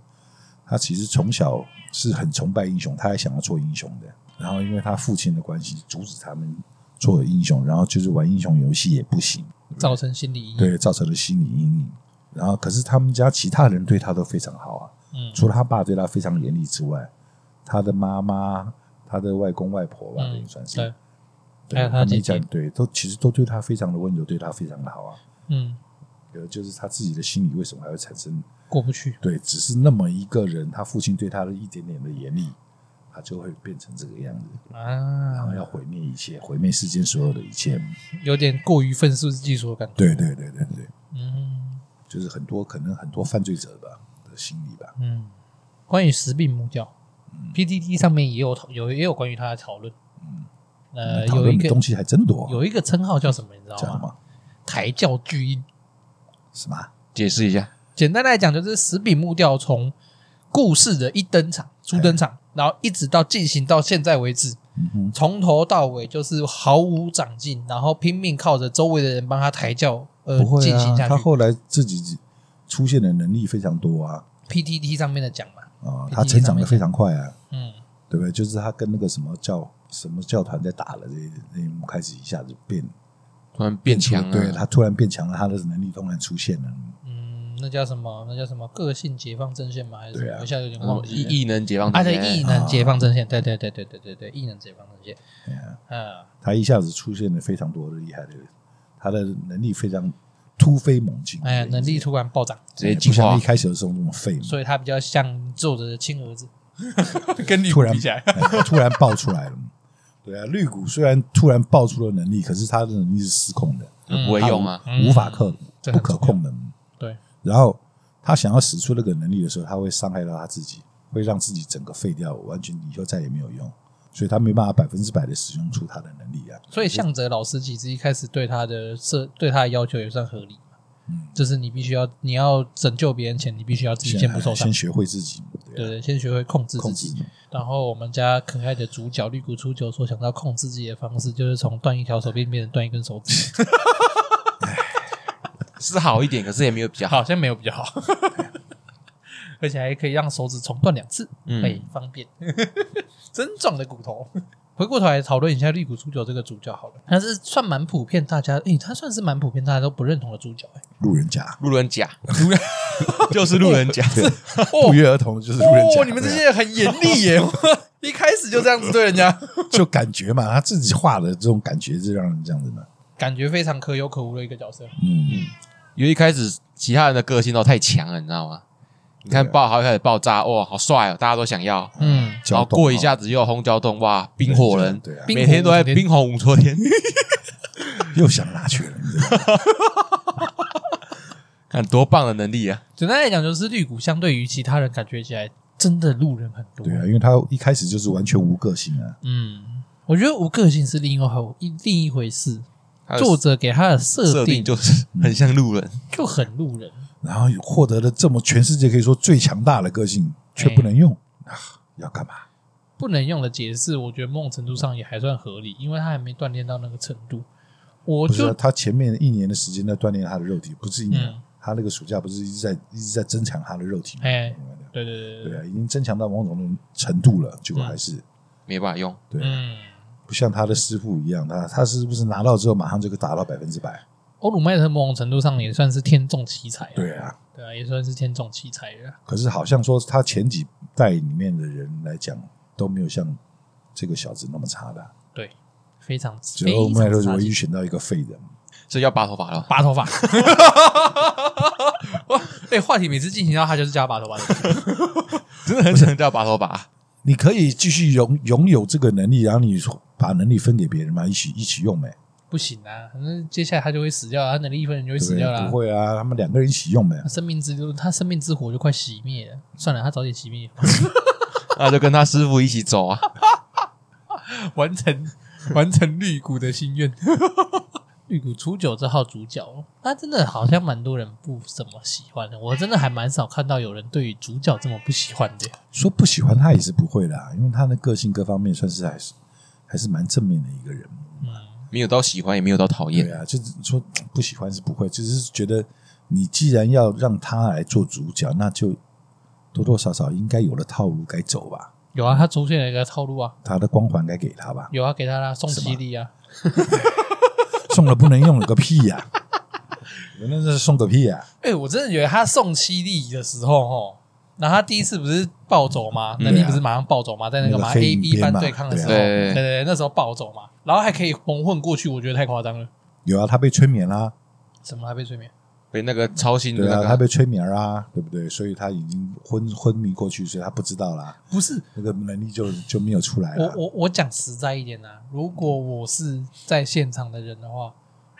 Speaker 2: 他其实从小是很崇拜英雄，他也想要做英雄的。然后因为他父亲的关系，阻止他们做英雄，然后就是玩英雄游戏也不行，
Speaker 1: 造成心理阴影。
Speaker 2: 对，造成了心理阴影。然后可是他们家其他人对他都非常好啊，
Speaker 1: 嗯，
Speaker 2: 除了他爸对他非常严厉之外，他的妈妈、他的外公外婆吧，
Speaker 1: 嗯
Speaker 2: 等于算是。
Speaker 1: 对
Speaker 2: 对
Speaker 1: 还有他
Speaker 2: 他
Speaker 1: 姐
Speaker 2: 们一
Speaker 1: 姐
Speaker 2: 家对都其实都对他非常的温柔，对他非常的好啊。
Speaker 1: 嗯，
Speaker 2: 呃，就是他自己的心理为什么还会产生
Speaker 1: 过不去。
Speaker 2: 对，只是那么一个人，他父亲对他的一点点的严厉，它就会变成这个样子，然
Speaker 1: 啊
Speaker 2: 后，要毁灭一切，毁灭世间所有的一切。
Speaker 1: 有点过于愤世嫉俗的感觉。
Speaker 2: 对对对对对，
Speaker 1: 嗯
Speaker 2: 就是很多可能很多犯罪者吧的心理吧。
Speaker 1: 嗯，关于食病母教，PTT
Speaker 2: 嗯
Speaker 1: 上面也有讨有也有关于他的讨论。呃，
Speaker 2: 讨
Speaker 1: 有一
Speaker 2: 论的
Speaker 1: 个
Speaker 2: 东西还真多，
Speaker 1: 有一个称号叫什么，你知
Speaker 2: 这
Speaker 1: 道
Speaker 2: 样
Speaker 1: 吗？
Speaker 2: 吗？
Speaker 1: 抬轿巨婴。
Speaker 2: 什么？
Speaker 3: 解释一下，
Speaker 1: 简单来讲，就是十柄木雕从故事的一登场、初登
Speaker 2: 哎
Speaker 1: 场，然后一直到进行到现在为止，
Speaker 2: 嗯哼，
Speaker 1: 从头到尾就是毫无长进，然后拼命靠着周围的人帮他抬轿，呃，
Speaker 2: 不会
Speaker 1: 进行
Speaker 2: 啊，
Speaker 1: 下
Speaker 2: 他
Speaker 1: 去。
Speaker 2: 后来自己出现的能力非常多啊，
Speaker 1: PTT 上面的讲嘛，
Speaker 2: 啊，
Speaker 1: 毕
Speaker 2: 他
Speaker 1: 竟
Speaker 2: 成长
Speaker 1: 上
Speaker 2: 的
Speaker 1: 面
Speaker 2: 非常快啊，
Speaker 1: 嗯，
Speaker 2: 对不对？就是他跟那个什么教什么教团在打了，这这一幕开始一下子变
Speaker 3: 突然变强啊了，
Speaker 2: 对他突然变强了，他的能力突然出现了，
Speaker 1: 嗯，那叫什么？那叫什么？个性解放阵线吗？还是什
Speaker 2: 对
Speaker 1: 么？
Speaker 2: 啊
Speaker 1: 我一下有点
Speaker 3: 什么
Speaker 1: 忘记了。
Speaker 3: 嗯异哦异能解放
Speaker 1: 啊，
Speaker 3: 之
Speaker 1: 对，
Speaker 3: 前，
Speaker 1: 异能解放阵线，对对对对对对对，异能解放阵线，
Speaker 2: 哎呀
Speaker 1: 嗯，
Speaker 2: 他一下子出现了非常多的厉害的人，他的能力非常突飞猛进，
Speaker 1: 哎呀，能力突然暴涨，
Speaker 3: 直接
Speaker 2: 不
Speaker 3: 进
Speaker 2: 像
Speaker 3: 化
Speaker 2: 一，开始的时候那么废嘛，
Speaker 1: 所以他比较像作者的亲儿子， 跟你
Speaker 2: 突然
Speaker 1: 比起来，
Speaker 2: 哎突然爆出来了。对啊，绿谷虽然突然爆出了能力，可是他的能力是失控的，
Speaker 3: 不会用啊，
Speaker 2: 无法克、
Speaker 1: 这
Speaker 2: 不
Speaker 1: 很
Speaker 2: 可
Speaker 1: 重要
Speaker 2: 控的。
Speaker 1: 对，
Speaker 2: 然后他想要使出那个能力的时候，他会伤害到他自己，会让自己整个废掉，完全以后再也没有用，所以他没办法百分之百的使用出他的能力啊。
Speaker 1: 所以向泽老师其实一开始对他的设对他的要求也算合理嘛，
Speaker 2: 嗯
Speaker 1: 就是你必须要你要拯救别人前，你必须要自己先不受伤
Speaker 2: 先，学会自己，
Speaker 1: 对
Speaker 2: 啊，
Speaker 1: 对，先学会控制自
Speaker 2: 控制嗯
Speaker 1: 己。然后我们家可爱的主角绿谷出久所想到控制自己的方式，就是从断一条手臂变成断一根手 指，
Speaker 3: 是好一点，可是也没有比较好。
Speaker 1: 好像没有比较好， 而且还可以让手指重断两次，
Speaker 3: 嗯
Speaker 1: 哎，方便， 真壮的骨头。回过头来讨论一下绿谷出久这个主角好了，他是算蛮普遍大家，诶，他算是蛮普遍大家都不认同的主角、诶。
Speaker 2: 路人 甲，啊
Speaker 3: 路 人甲，就是路人甲，
Speaker 1: 哦
Speaker 2: 不约而同就是路人甲。
Speaker 1: 哦，你们这些人很严厉 耶！一开始就这样子对人家，
Speaker 2: 对啊就感觉嘛，他自己画的这种感觉是让人这样子的。
Speaker 1: 感觉非常可有可无的一个角色。
Speaker 2: 嗯，
Speaker 3: 因为一开始其他人的个性都太强了，你知道吗？你看
Speaker 2: 对啊
Speaker 3: 爆好开始爆炸，哇，好帅哦，大家都想要。
Speaker 1: 嗯，
Speaker 3: 然
Speaker 2: 交
Speaker 3: 后
Speaker 2: 动啊
Speaker 3: 过一下子又有轰焦洞，哇，冰火人，
Speaker 2: 对啊，
Speaker 1: 冰
Speaker 3: 每天都在
Speaker 1: 冰火五重天
Speaker 3: 冰火五重天，
Speaker 2: 又想拿去了，你知道吗
Speaker 3: 看多棒的能力啊！
Speaker 1: 简单来讲，就是绿谷相对于其他人感觉起来，真的路人很多。
Speaker 2: 对啊，因为他一开始就是完全无个性啊，
Speaker 1: 嗯，我觉得无个性是另一回一另一回事。
Speaker 3: 他的
Speaker 1: 作者给他的设
Speaker 3: 设定就是很像路人，
Speaker 1: 就很路人，
Speaker 2: 然后获得了这么全世界可以说最强大的个性，却不
Speaker 1: 哎
Speaker 2: 能用啊，要干嘛？
Speaker 1: 不能用的解释，我觉得某种程度上也还算合理，因为他还没锻炼到那个程度。我
Speaker 2: 不是啊
Speaker 1: 就
Speaker 2: 他前面一年的时间在锻炼他的肉体，不是一年，
Speaker 1: 嗯
Speaker 2: 他那个暑假不是一直在一直在增强他的肉体吗？
Speaker 1: 哎对对对
Speaker 2: 对啊，已经增强到某种程度了，结果还是、
Speaker 3: 没办法用。
Speaker 2: 对啊、
Speaker 1: 嗯，
Speaker 2: 不像他的师傅一样，他他是不是拿到之后马上就可以达到百分之百？
Speaker 1: 欧鲁麦特某种程度上也算是天纵奇才、啊，
Speaker 2: 对啊，
Speaker 1: 对啊，也算是天纵奇才了。
Speaker 2: 可是好像说他前几代里面的人来讲都没有像这个小子那么差的啊，
Speaker 1: 对，非常
Speaker 2: 只有麦
Speaker 1: 非
Speaker 2: 洛
Speaker 1: 常
Speaker 2: 唯
Speaker 1: 差
Speaker 2: 一
Speaker 1: 劲
Speaker 2: 选到一个废人，
Speaker 3: 所以要拔头发
Speaker 2: 啊
Speaker 3: 了。
Speaker 1: 拔 头发。对，哎话题每次进行到他就是加拔头发的，
Speaker 3: 真的很想叫拔头发，
Speaker 2: 你可以继续拥拥有这个能力，然后你把能力分给别人嘛，一起一起用呗、
Speaker 1: 不行啊，那接下来他就会死掉啊，他能力一分人就会
Speaker 2: 对不
Speaker 1: 死
Speaker 2: 对
Speaker 1: 掉啦
Speaker 2: 不。会啊，他们两个人一起用呗、
Speaker 1: 他生命之路，他生命之火就快熄灭了。算了，他早点熄灭，
Speaker 3: 那就跟他师傅一起走啊。
Speaker 1: 完成完成绿谷的心愿。 绿谷初九这号主角，他真的好像蛮多人不怎么喜欢的。我真的还蛮少看到有人对于主角这么不喜欢的。
Speaker 2: 说不喜欢他也是不会啦，因为他的个性各方面算是还是还是蛮正面的一个人。
Speaker 1: 嗯，
Speaker 3: 没有到喜欢，也没有到讨
Speaker 2: 对
Speaker 3: 厌，
Speaker 2: 啊，就是说不喜欢是不会，只是觉得你既然要让他来做主角，那就多多少少应该有了套路该走吧，
Speaker 1: 有啊，他出现了一个套路啊，
Speaker 2: 他的光环该给他吧，
Speaker 1: 有啊，给他啦，送
Speaker 2: 什么
Speaker 1: 犀利啊，
Speaker 2: 送了不能用了个屁呀、 那是送个屁呀、
Speaker 1: 哎、我真的觉得他送七力的时候，哦，那他第一次不是暴走吗？
Speaker 3: 嗯
Speaker 1: 能力不是马上暴走吗？在那个嘛
Speaker 2: 那个黑
Speaker 1: A
Speaker 2: 影
Speaker 1: B
Speaker 2: 边
Speaker 1: 班
Speaker 2: 嘛
Speaker 1: 对抗的时候，
Speaker 3: 对啊
Speaker 1: 对
Speaker 3: 对
Speaker 1: 对，那时候暴走嘛，然后还可以蒙混过去，我觉得太夸张了。
Speaker 2: 有啊，他被催眠啦，
Speaker 1: 怎么还被催眠？
Speaker 3: 被那个超新的
Speaker 2: 对
Speaker 3: 那
Speaker 2: 啊，
Speaker 3: 个
Speaker 2: 他被催眠啊，对不对？所以他已经昏昏迷过去，所以他不知道啦，
Speaker 1: 不是
Speaker 2: 那个能力就就没有出来
Speaker 1: 我
Speaker 2: 了。
Speaker 1: 我我讲实在一点呐、如果我是在现场的人的话，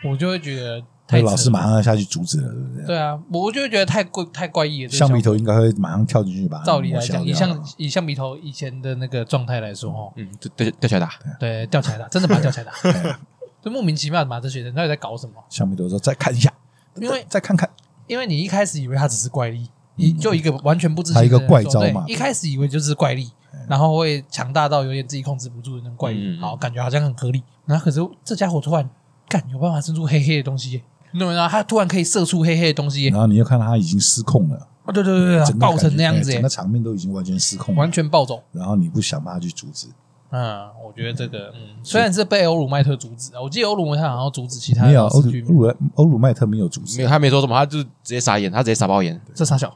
Speaker 1: 我就会觉得太
Speaker 2: 那个老
Speaker 1: 扯
Speaker 2: 师
Speaker 1: 了
Speaker 2: 马上要下去阻止了，对不对？
Speaker 1: 对啊，我就会觉得太怪太怪异了。这个
Speaker 2: 橡皮
Speaker 1: 小
Speaker 2: 头啊应该会马上跳进去把它
Speaker 1: 照理来
Speaker 2: 抹消
Speaker 1: 讲，以
Speaker 2: 掉
Speaker 1: 橡以橡皮头以前的那个状态来说，哦，
Speaker 3: 嗯，对对，掉下来打，
Speaker 1: 对，吊起来打，真的把它吊起来打，
Speaker 2: 哎
Speaker 1: 就莫名其妙的嘛，这学生到底在搞什么？
Speaker 2: 橡皮头说再看一下，
Speaker 1: 因为
Speaker 2: 再看看，
Speaker 1: 因为你一开始以为他只是怪力，你就一个完全不知情
Speaker 2: 嗯他一个
Speaker 1: 的人
Speaker 2: 怪
Speaker 1: 说
Speaker 2: 招
Speaker 1: 对
Speaker 2: 嘛
Speaker 1: 一开始以为就是怪力，然后会强大到有点自己控制不住的那种怪力，
Speaker 3: 嗯
Speaker 1: 好，感觉好像很合理。然后可是这家伙突然干有办法伸出黑黑的东西耶，你懂吗？他突然可以射出黑黑的东西耶，
Speaker 2: 然后你又看到他已经失控了，
Speaker 1: 哦，对对对对，
Speaker 2: 嗯整个
Speaker 1: 爆
Speaker 2: 感
Speaker 1: 成
Speaker 2: 觉
Speaker 1: 那样
Speaker 2: 哎
Speaker 1: 子耶
Speaker 2: 整个，场面都已经完全失控了，
Speaker 1: 完。全暴走。
Speaker 2: 然后你不想办法去阻止，
Speaker 1: 嗯，我觉得这个，嗯，虽然是被欧鲁麦特阻止，啊我记得欧鲁麦特好像阻止其他的
Speaker 2: 没有
Speaker 1: 老
Speaker 2: 欧
Speaker 1: 师
Speaker 2: 鲁
Speaker 1: 去
Speaker 2: 欧鲁欧鲁麦特没有阻止
Speaker 3: 没，有，他没说什么，他就直接傻眼，他直接傻爆眼。
Speaker 1: 这傻小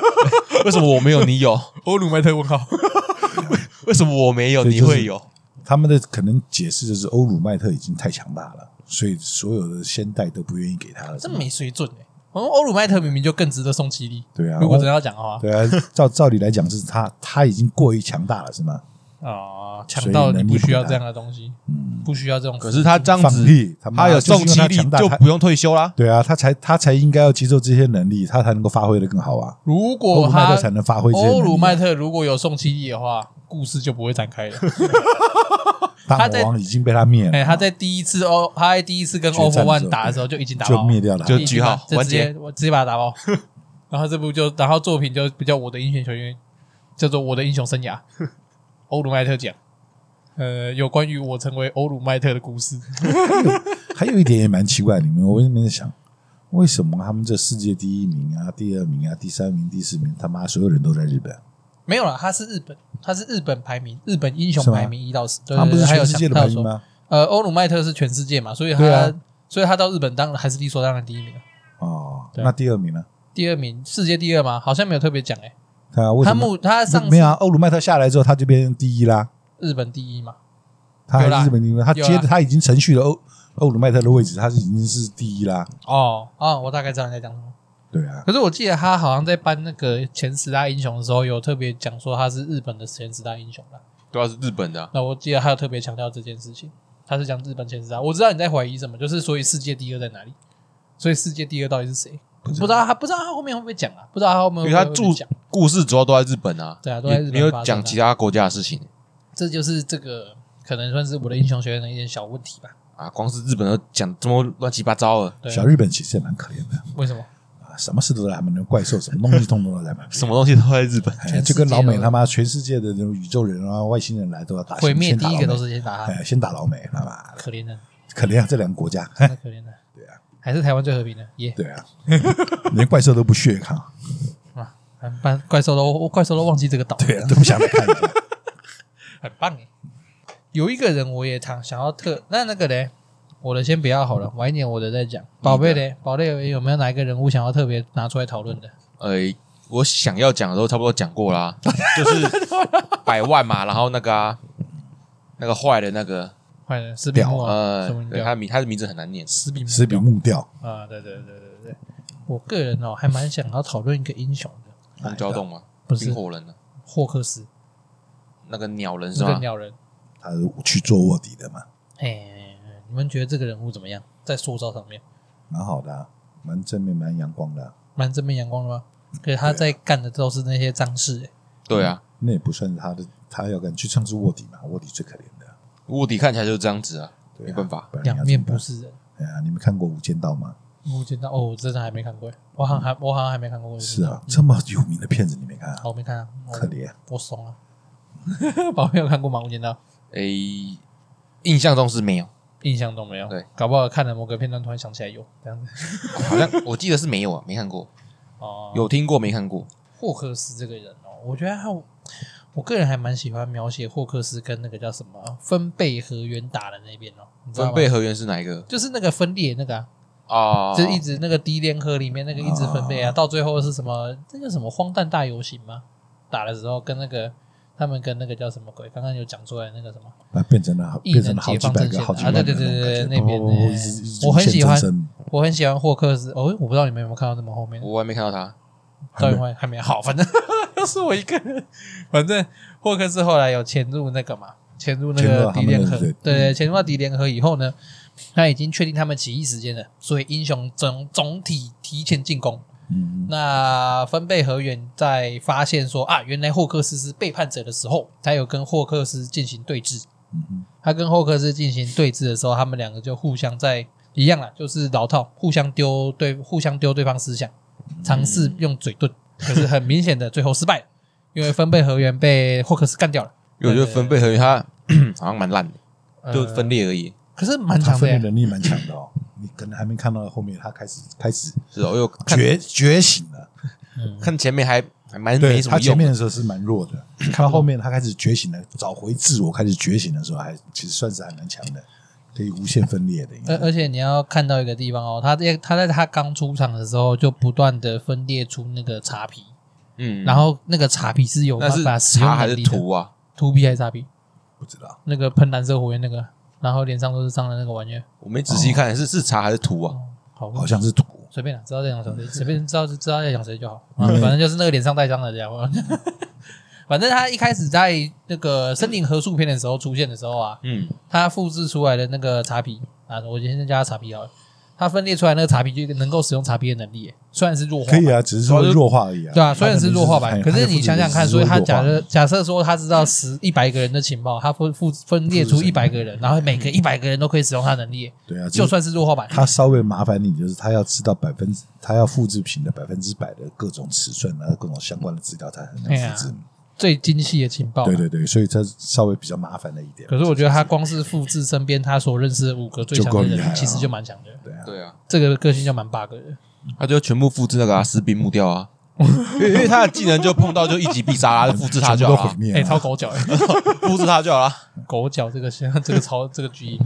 Speaker 3: 为什么我没有，你有？
Speaker 1: 欧鲁麦特问号，
Speaker 3: 为什么我没有，
Speaker 2: 所以
Speaker 3: 你
Speaker 2: 就是
Speaker 3: 会有？
Speaker 2: 他们的可能解释就是欧鲁麦特已经太强大了，所以所有的先代都不愿意给他了。
Speaker 1: 这没水准哎。我们欧鲁麦特明明就更值得送其力，
Speaker 2: 对啊，
Speaker 1: 如果真的
Speaker 2: 样，
Speaker 1: 要讲的话，
Speaker 2: 对啊，照照理来讲是他他已经过于强大了，是吗？
Speaker 1: 啊，强
Speaker 2: 所以
Speaker 1: 到
Speaker 2: 能
Speaker 1: 你
Speaker 2: 力
Speaker 1: 不
Speaker 2: 不
Speaker 1: 需要
Speaker 2: 大
Speaker 1: 这样的东西，
Speaker 2: 嗯，
Speaker 1: 不需要这种。
Speaker 3: 可是他这样
Speaker 2: 放
Speaker 3: 子，
Speaker 2: 屁，他妈
Speaker 3: 他
Speaker 2: 就
Speaker 3: 有
Speaker 2: 是
Speaker 3: 重
Speaker 2: 因为
Speaker 3: 击
Speaker 2: 他
Speaker 3: 力
Speaker 2: 强大
Speaker 3: 就
Speaker 2: 他
Speaker 3: 不用退休啦。
Speaker 2: 对啊，他才他才应该要接受这些能力，他才能够发挥的更好啊。
Speaker 1: 如
Speaker 2: 欧
Speaker 1: 果
Speaker 2: 鲁麦
Speaker 1: 哦他
Speaker 2: 特才能发挥这些能力啊。
Speaker 1: 欧鲁麦特如果有送七力的话，故事就不会展开了。
Speaker 2: 大
Speaker 1: 他在
Speaker 2: 魔王已经被他灭了
Speaker 1: 哎，
Speaker 2: 啊，
Speaker 1: 他在第一次欧，他在第一次跟
Speaker 2: 决战
Speaker 1: Over
Speaker 2: 的
Speaker 1: One
Speaker 2: 时候
Speaker 1: 打的时候就已经打
Speaker 2: 就
Speaker 1: 爆了，
Speaker 2: 灭掉了啊。
Speaker 3: 就
Speaker 1: 已经
Speaker 3: 句号
Speaker 1: 把就
Speaker 3: 完
Speaker 1: 直接我直接把他 打爆。然后这部就，然后作品就比较我的英雄学院，叫做我的英雄生 涯，欧鲁麦特奖。呃，有关于我成为欧鲁麦特的故事。
Speaker 2: 还有一点也蛮奇怪，你们我一直在想，为什么他们这世界第一名啊、第二名啊、第三名、第四名，他妈所有人都在日本？
Speaker 1: 没有啦，他是日本，他是日本排名，日本英雄
Speaker 2: 是吗
Speaker 1: 排名一到十，对
Speaker 2: 他们不
Speaker 1: 对
Speaker 2: 是
Speaker 1: 对还有
Speaker 2: 全世界
Speaker 1: 想
Speaker 2: 的排
Speaker 1: 到
Speaker 2: 名
Speaker 1: 说
Speaker 2: 吗？
Speaker 1: 呃，欧鲁麦特是全世界嘛，所以
Speaker 2: 对
Speaker 1: 他、
Speaker 2: 啊
Speaker 1: 所以他到日本当然还是理所当然第一名啊。
Speaker 2: 哦，
Speaker 1: 对
Speaker 2: 那第二名呢？
Speaker 1: 第二名，世界第二吗？好像没有特别讲诶、欸
Speaker 2: 对啊，为
Speaker 1: 他
Speaker 2: 什么
Speaker 1: 目他上次
Speaker 2: 没有啊？欧鲁麦特下来之后，他就变成第一啦。
Speaker 1: 日本第一嘛，
Speaker 2: 他
Speaker 1: 有啦
Speaker 2: 还是日本第一，他接
Speaker 1: 有
Speaker 2: 着
Speaker 1: 啦
Speaker 2: 他已经承续了欧欧鲁麦特的位置，他是已经是第一啦。
Speaker 1: 哦哦，我大概知道你在讲什么。
Speaker 2: 对啊，
Speaker 1: 可是我记得他好像在颁那个前十大英雄的时候，有特别讲说他是日本的前十大英雄啦。
Speaker 3: 对啊，是日本的啊，
Speaker 1: 那我记得他有特别强调这件事情，他是讲日本前十大。我知道你在怀疑什么，就是所以世界第二在哪里？所以世界第二到底是谁？不知道他不知道他后面会不会讲啊？不知道他后面
Speaker 3: 因
Speaker 1: 会
Speaker 3: 为
Speaker 1: 不会
Speaker 3: 他
Speaker 1: 会不
Speaker 3: 注
Speaker 1: 会讲？啊
Speaker 3: 故事主要都在日本啊。
Speaker 1: 对啊都在日
Speaker 3: 你
Speaker 1: 本
Speaker 3: 没有
Speaker 1: 发生
Speaker 3: 讲
Speaker 1: 的
Speaker 3: 其他国家的事情
Speaker 1: 这就是这个可能算是我的英雄学院的一点小问题吧。
Speaker 3: 啊，光是日本都讲这么乱七八糟了，。
Speaker 1: 对啊，
Speaker 2: 小日本其实也蛮可怜的
Speaker 1: 为什么？
Speaker 2: 啊，什么事都在他们那怪兽，什么东西通通都在他们
Speaker 3: 什么东西都在日本。
Speaker 2: 哎
Speaker 1: 全世界
Speaker 2: 就跟老美
Speaker 1: 都
Speaker 2: 他妈全世界的那种宇宙人啊、外星人来都要打
Speaker 1: 毁灭
Speaker 2: 先打
Speaker 1: 第一个
Speaker 2: 老
Speaker 1: 都
Speaker 2: 美
Speaker 1: 是先打他，
Speaker 2: 哎，先打老美，他妈的
Speaker 1: 可怜 的，
Speaker 2: 可怜啊，这两个国家，
Speaker 1: 真的可怜的。
Speaker 2: 对啊，
Speaker 1: 还是台湾最和平的耶。
Speaker 2: 对啊， 连怪兽都不屑看，
Speaker 1: 啊，很棒！怪兽都怪兽都忘记这个岛，
Speaker 2: 对啊，都不想来看一下。
Speaker 1: 很棒哎。有一个人我也想想要特，那那个嘞，我的先不要好了，
Speaker 3: 嗯
Speaker 1: 晚一点我的再讲。宝贝嘞，宝贝有没有哪一个人物想要特别拿出来讨论的？
Speaker 3: 呃，我想要讲的都差不多讲过啦， 就是百万嘛，然后那个啊，那个坏的那个，
Speaker 1: 快点，斯比木啊
Speaker 3: 呃
Speaker 1: 什么，
Speaker 3: 对，他的名他的名字很难念，
Speaker 1: 斯比
Speaker 2: 石比木雕，
Speaker 1: 啊，对对对对对，我个人哦还蛮想要讨论一个英雄的，
Speaker 2: 哎
Speaker 3: 红胶洞嘛，
Speaker 1: 不
Speaker 3: 冰
Speaker 1: 是
Speaker 3: 火人啊，
Speaker 1: 霍克斯
Speaker 3: 那个鸟人是
Speaker 1: 这个
Speaker 3: 吗？
Speaker 1: 鸟人。
Speaker 2: 他是去做卧底的嘛，
Speaker 1: 哎，你们觉得这个人物怎么样？在塑造上面，
Speaker 2: 蛮好的、啊，蛮正面，蛮阳光的啊、
Speaker 1: 蛮正面阳光的吗？可是他在干的都是那些脏事、哎
Speaker 3: 啊对啊，
Speaker 2: 那也不算是他的，他要敢去唱是卧底嘛，卧底最可怜的啊，
Speaker 3: 卧底看起来就是这样子啊，
Speaker 2: 对啊
Speaker 3: 没办法，
Speaker 2: 不然你
Speaker 1: 两
Speaker 2: 要
Speaker 1: 面
Speaker 2: 怎么
Speaker 1: 不
Speaker 2: 办。
Speaker 1: 是人。
Speaker 2: 哎呀，你们看过《无间道》吗？
Speaker 1: 我见到哦，我真的还没看过，我好像
Speaker 3: 嗯
Speaker 1: 还我好像还没看过。
Speaker 2: 是啊，
Speaker 1: 嗯
Speaker 2: 这么有名的片子你没看啊？
Speaker 1: 好，我没看啊，我
Speaker 2: 可怜啊，
Speaker 1: 我怂啊。 宝贝有看过吗？我见到
Speaker 3: 诶，印象中是没有，
Speaker 1: 印象中没有，
Speaker 3: 对，
Speaker 1: 搞不好看了某个片段，突然想起来有这样子。
Speaker 3: 好像 我记得是没有啊，没看过，
Speaker 1: 哦，
Speaker 3: 有听过没看过？
Speaker 1: 霍克斯这个人哦，我觉得他，我个人还蛮喜欢描写霍克斯跟那个叫什么分贝和元打的那边哦，你知道
Speaker 3: 分
Speaker 1: 吗？
Speaker 3: 贝和原是哪一个
Speaker 1: 就是那个分裂那个、啊，
Speaker 3: 啊？
Speaker 1: 就是一直那个低联合里面那个一直分裂啊，
Speaker 2: 哦
Speaker 1: 到最后是什么？这叫什么荒诞大游行吗？打的时候跟那个他们跟那个叫什么鬼？刚刚有讲出来那个什么？
Speaker 2: 那变成了
Speaker 1: 艺
Speaker 2: 变
Speaker 1: 人
Speaker 2: 成了好几百
Speaker 1: 解
Speaker 2: 个、
Speaker 1: 放
Speaker 2: 好几
Speaker 1: 阵线
Speaker 2: 万
Speaker 1: 啊
Speaker 2: 个
Speaker 1: 对对
Speaker 2: 那
Speaker 1: 对对对那
Speaker 2: 种感觉
Speaker 1: 边
Speaker 2: 哦
Speaker 1: 的
Speaker 2: 一直一直
Speaker 1: 我很
Speaker 2: 现
Speaker 1: 喜欢
Speaker 2: 真身
Speaker 1: 我很喜欢霍克斯，哦，我不知道你们有没有看到这么后面，
Speaker 3: 我还没看到他。
Speaker 1: 赵云欢还没好， 反正又是我一个人。反正霍克斯后来有潜入那个嘛，潜入那
Speaker 2: 潜入到
Speaker 1: 个
Speaker 2: 他
Speaker 1: 敌
Speaker 2: 们嗯
Speaker 1: 联
Speaker 2: 的
Speaker 1: 合，
Speaker 2: 对
Speaker 1: 对对，潜入到敌联合以后呢，他已经确定他们起义时间了，所以英雄总总体提前进攻。
Speaker 2: 嗯，
Speaker 1: 那分贝和远在发现说啊，原来霍克斯是背叛者的时候，他有跟霍克斯进行对峙。
Speaker 2: 嗯嗯
Speaker 1: 他跟霍克斯进行对峙的时候，他们两个就互相在一样啦，就是老套，互相丢对，互相丢对方思想，尝试用嘴 遁，可是很明显的最后失败了，因为分贝和原被霍克斯干掉了，
Speaker 3: 因为我觉得分贝和原他 好像蛮烂的，
Speaker 1: 呃
Speaker 3: 就分，裂而已。
Speaker 1: 可是蛮
Speaker 2: 他
Speaker 1: 强的
Speaker 2: 分
Speaker 1: 耶
Speaker 2: 辨能力蛮强 的哦，你可能还没看到后面，他开始开始
Speaker 3: 是哦，又看
Speaker 2: 觉觉醒了。
Speaker 1: 嗯
Speaker 3: 看前面还还蛮
Speaker 2: 对
Speaker 3: 没什
Speaker 2: 他
Speaker 3: 么
Speaker 2: 前
Speaker 3: 用
Speaker 2: 面
Speaker 3: 的，
Speaker 2: 的时候是蛮弱的， 看到后面他开始觉醒了，找回自我，开始觉醒的时候还，其实算是还蛮强的，可以无限分裂的。应
Speaker 1: 而
Speaker 2: 该
Speaker 1: 而且你要看到一个地方哦，他在他在他刚出场的时候就不断的分裂出那个茶皮，
Speaker 3: 嗯，
Speaker 1: 然后那个茶皮是有办
Speaker 3: 那
Speaker 1: 法
Speaker 3: 是
Speaker 1: 使用
Speaker 3: 茶
Speaker 1: 能
Speaker 3: 还
Speaker 1: 力
Speaker 3: 是
Speaker 1: 的
Speaker 3: 图啊？
Speaker 1: 涂皮还是茶皮？
Speaker 2: 不知道，
Speaker 1: 那个喷蓝色火焰那个，然后脸上都是伤的那个玩意儿，
Speaker 3: 我没仔细看，是是茶还是图啊？
Speaker 1: 好
Speaker 2: 好像是土。
Speaker 1: 随便啦，知道在讲谁，随便知道就知道在讲谁就好。
Speaker 2: 嗯
Speaker 1: 啊反正就是那个脸上带伤的家伙。 反正他一开始在那个森林合宿篇的时候出现的时候啊，
Speaker 3: 嗯，
Speaker 1: 他复制出来的那个茶皮啊，我今天叫他茶皮好了。他分裂出来那个茶皮就能够使用茶皮的能力耶，虽然是弱化
Speaker 2: 可
Speaker 1: 版，
Speaker 2: 以啊，只是说弱化而已啊。
Speaker 1: 对啊，虽然是弱化
Speaker 2: 他
Speaker 1: 版，可
Speaker 2: 可能
Speaker 1: 是
Speaker 2: 就是
Speaker 1: 你想想看，所以他假设假设说他知道十一百个人的情报，他分复分裂出一百个人，然后每个一百个人都可以使用他的能力耶，
Speaker 2: 嗯对啊，
Speaker 1: 就
Speaker 2: 就算
Speaker 1: 算是弱化版，
Speaker 2: 他稍微麻烦你，就是他要知道百分之，他要复制品的百分之百的各种尺寸啊，各种相关的资料，他才能
Speaker 1: 对啊
Speaker 2: 复制。
Speaker 1: 最精细的情报啊。
Speaker 2: 对对对，所以这稍微比较麻烦了一点。
Speaker 1: 可是我觉得他光是复制身边他所认识的五个最强
Speaker 2: 就够
Speaker 1: 的
Speaker 2: 厉害
Speaker 1: 人，
Speaker 2: 了
Speaker 1: 其实就蛮强的。
Speaker 2: 对啊，
Speaker 3: 对啊，
Speaker 1: 这个个性就蛮 bug 的。
Speaker 3: 他就全部复制那个啊，士兵木雕啊，因为因为他的技能就碰到就一击必杀啦，就复制他就
Speaker 2: 全部
Speaker 3: 好
Speaker 2: 都毁
Speaker 3: 啦，
Speaker 2: 灭啊
Speaker 1: 哎，
Speaker 2: 了
Speaker 1: 超。狗脚，哎
Speaker 3: 复制他就好啦，
Speaker 1: 狗脚这个 像这个超这个居因。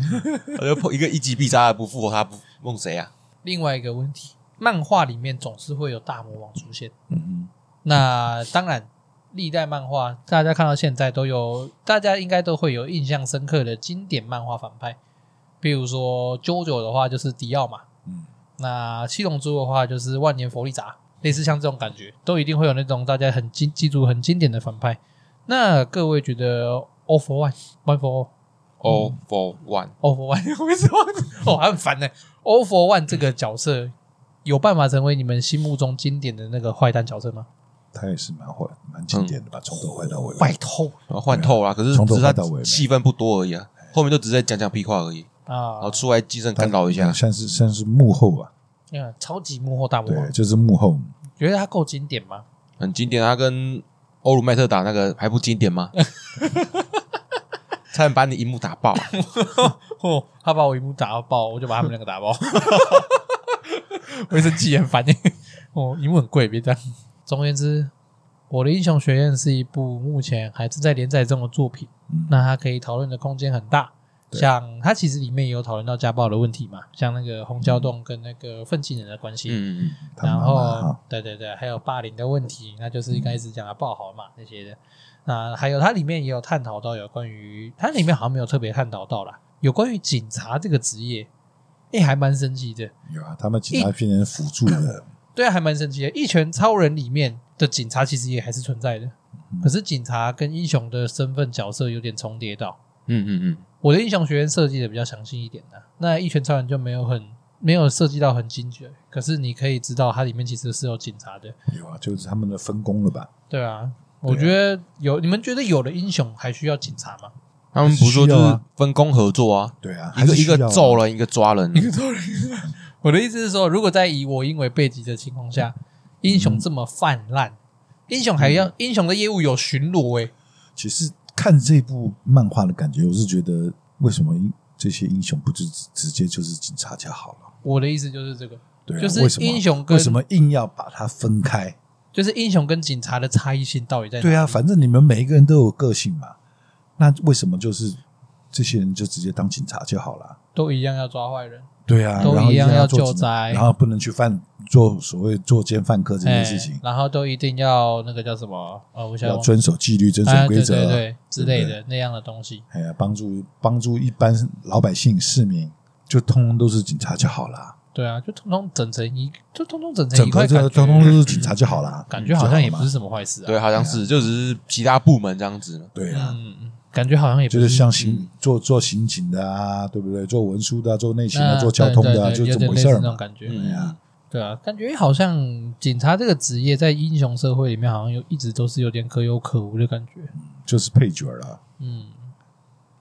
Speaker 3: 我就呃碰一个一击必杀的不复活他不梦谁啊？
Speaker 1: 另外一个问题，漫画里面总是会有大魔王出现。
Speaker 2: 嗯嗯，
Speaker 1: 那当然，历代漫画大家看到现在都有，大家应该都会有印象深刻的经典漫画反派，比如说《JoJo》的话就是迪奥嘛，
Speaker 2: 嗯，
Speaker 1: 那《七龙珠》的话就是万年佛利扎，类似像这种感觉，都一定会有那种大家很经记住很经典的反派。那各位觉得 All for One、One for
Speaker 3: All 哦 for one，
Speaker 1: All、All for One，为什 么？哦，还很烦呢、All for One 这个角色有办法成为你们心目中经典的那个坏蛋角色吗？
Speaker 2: 他也是蛮坏，蛮经典的吧，从头坏到尾。
Speaker 1: 坏透
Speaker 3: 然后换透啦，啊可是
Speaker 2: 从头
Speaker 3: 只是他
Speaker 2: 换到尾
Speaker 3: 戏份不多而已啊，后面就只是在讲讲屁话而已，
Speaker 1: 啊
Speaker 3: 然后！出来基正干扰一下，
Speaker 2: 算是算是幕后啊，
Speaker 1: 嗯，超级幕后大魔
Speaker 2: 对，
Speaker 1: 王，
Speaker 2: 就是幕后。
Speaker 1: 觉得他够经典吗？
Speaker 3: 很经典啊。他跟欧鲁麦特打那个还不经 典吗？差点把你荧幕打爆啊！
Speaker 1: 哦，他把我一幕打爆，我就把他们两个打爆。 卫生纸很烦耶，哦，一幕很贵，别这样。总而言之，《我的英雄学院》是一部目前还是在连载中的作品，
Speaker 2: 嗯
Speaker 1: 那它可以讨论的空间很大。
Speaker 2: 对
Speaker 1: 像它其实里面也有讨论到家暴的问题嘛，像那个红胶洞跟那个愤青人的关系，
Speaker 3: 嗯嗯嗯。
Speaker 2: 他
Speaker 1: 然
Speaker 2: 妈
Speaker 1: 后
Speaker 2: 妈哈，嗯
Speaker 1: 对对对，还有霸凌的问题，那就是一开始讲的不好嘛那些的。那还有它里面也有探讨到有关于，它里面好像没有特别探讨到啦，有关于警察这个职业，哎、还蛮神奇的。
Speaker 2: 有啊，他们警察变成辅助的，
Speaker 1: 对啊，还蛮神奇的。一拳超人里面的警察其实也还是存在的，
Speaker 2: 嗯
Speaker 1: 可是警察跟英雄的身份角色有点重叠到。
Speaker 3: 嗯嗯嗯，
Speaker 1: 我的英雄学院设计的比较详细一点的、那一拳超人就没有很没有设计到很精确，可是你可以知道它里面其实是有警察的。
Speaker 2: 有啊，就是他们的分工了吧？
Speaker 1: 对啊，我觉得有你们觉得有的英雄还需要警察吗？
Speaker 3: 他们不是说就
Speaker 2: 需要
Speaker 3: 是
Speaker 2: 啊
Speaker 3: 分工合作啊，
Speaker 2: 对啊，
Speaker 3: 一个一个揍
Speaker 2: 了，
Speaker 3: 人，一个抓人，啊
Speaker 1: 我的意思是说，如果在以我英为背景的情况下，英雄这么泛滥，英雄还要、英雄的业务有巡逻欸诶、
Speaker 2: 其实看这部漫画的感觉，我是觉得为什么英这些英雄不就直直接就是警察就好了？
Speaker 1: 我的意思就是这个，
Speaker 2: 对啊，
Speaker 1: 就是
Speaker 2: 为什么
Speaker 1: 英雄跟
Speaker 2: 为什么硬要把它分开？
Speaker 1: 就是英雄跟警察的差异性到底在哪？
Speaker 2: 对啊，反正你们每一个人都有个性嘛，那为什么就是这些人就直接当警察就好了？
Speaker 1: 都一样要抓坏人。
Speaker 2: 对啊，
Speaker 1: 都
Speaker 2: 然后
Speaker 1: 一样
Speaker 2: 定
Speaker 1: 要
Speaker 2: 做
Speaker 1: 救
Speaker 2: 警察
Speaker 1: 灾
Speaker 2: 然后不能去犯做所谓作奸犯科这件事情
Speaker 1: 哎，然后都一定要那个叫什么？呃，我想
Speaker 2: 要遵守纪律、遵守
Speaker 1: 啊，
Speaker 2: 规
Speaker 1: 对
Speaker 2: 则，
Speaker 1: 对对之类
Speaker 2: 对
Speaker 1: 的那样的东西。
Speaker 2: 哎呀，帮助帮助一般老百姓、市民，就通通都是警察就好啦。
Speaker 1: 对啊，就通通整成一，就通通整成
Speaker 2: 整
Speaker 1: 哎一块
Speaker 2: 个这
Speaker 1: 感
Speaker 2: 个
Speaker 1: 觉
Speaker 2: 通，通都是警察就好啦，
Speaker 1: 感觉好像也
Speaker 2: 就
Speaker 1: 不
Speaker 2: 了
Speaker 1: 是
Speaker 2: 嘛
Speaker 1: 什么坏事啊。
Speaker 3: 对，
Speaker 2: 哎
Speaker 3: 好像是，就只是其他部门这样子。
Speaker 2: 对啊，
Speaker 1: 嗯，嗯，嗯感觉好像也不嗯
Speaker 2: 就是是像刑做做刑警的啊，对不对？做文书的啊，做内勤的，
Speaker 1: 啊
Speaker 2: 做交
Speaker 1: 对
Speaker 2: 通
Speaker 1: 对
Speaker 2: 的啊，
Speaker 1: 对
Speaker 2: 就
Speaker 1: 有
Speaker 2: 这
Speaker 1: 点
Speaker 2: 么回
Speaker 1: 类似
Speaker 2: 事儿
Speaker 1: 那种
Speaker 2: 嘛。
Speaker 1: 感觉。
Speaker 3: 嗯
Speaker 2: 对啊，
Speaker 1: 对啊，感觉好像警察这个职业在英雄社会里面，好像有一直都是有点可有可无的感觉。
Speaker 2: 就是配角了。
Speaker 1: 嗯，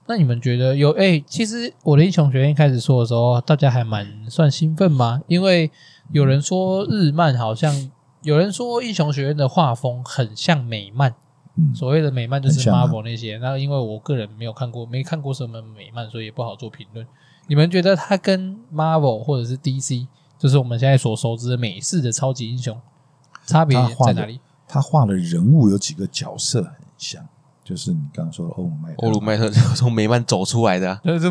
Speaker 1: 那你们觉得有？哎、其实我的英雄学院一开始说的时候，大家还蛮算兴奋吗？因为有人说日漫好像，有人说英雄学院的画风很像美漫。
Speaker 2: 嗯，
Speaker 1: 所谓的美漫就
Speaker 2: 很
Speaker 1: 是
Speaker 2: 像啊
Speaker 1: Marvel 那些，那因为我个人没有看过，没看过什么美漫，所以也不好做评论。你们觉得它跟 Marvel 或者是 DC，就是我们现在所熟知的美式的超级英雄，差别
Speaker 2: 它画
Speaker 1: 在
Speaker 2: 的
Speaker 1: 哪 里？
Speaker 2: 他画的人物有几个角色很像，就是你刚刚说的欧鲁麦特
Speaker 3: 欧鲁麦特从美漫走出来的啊，
Speaker 1: 就是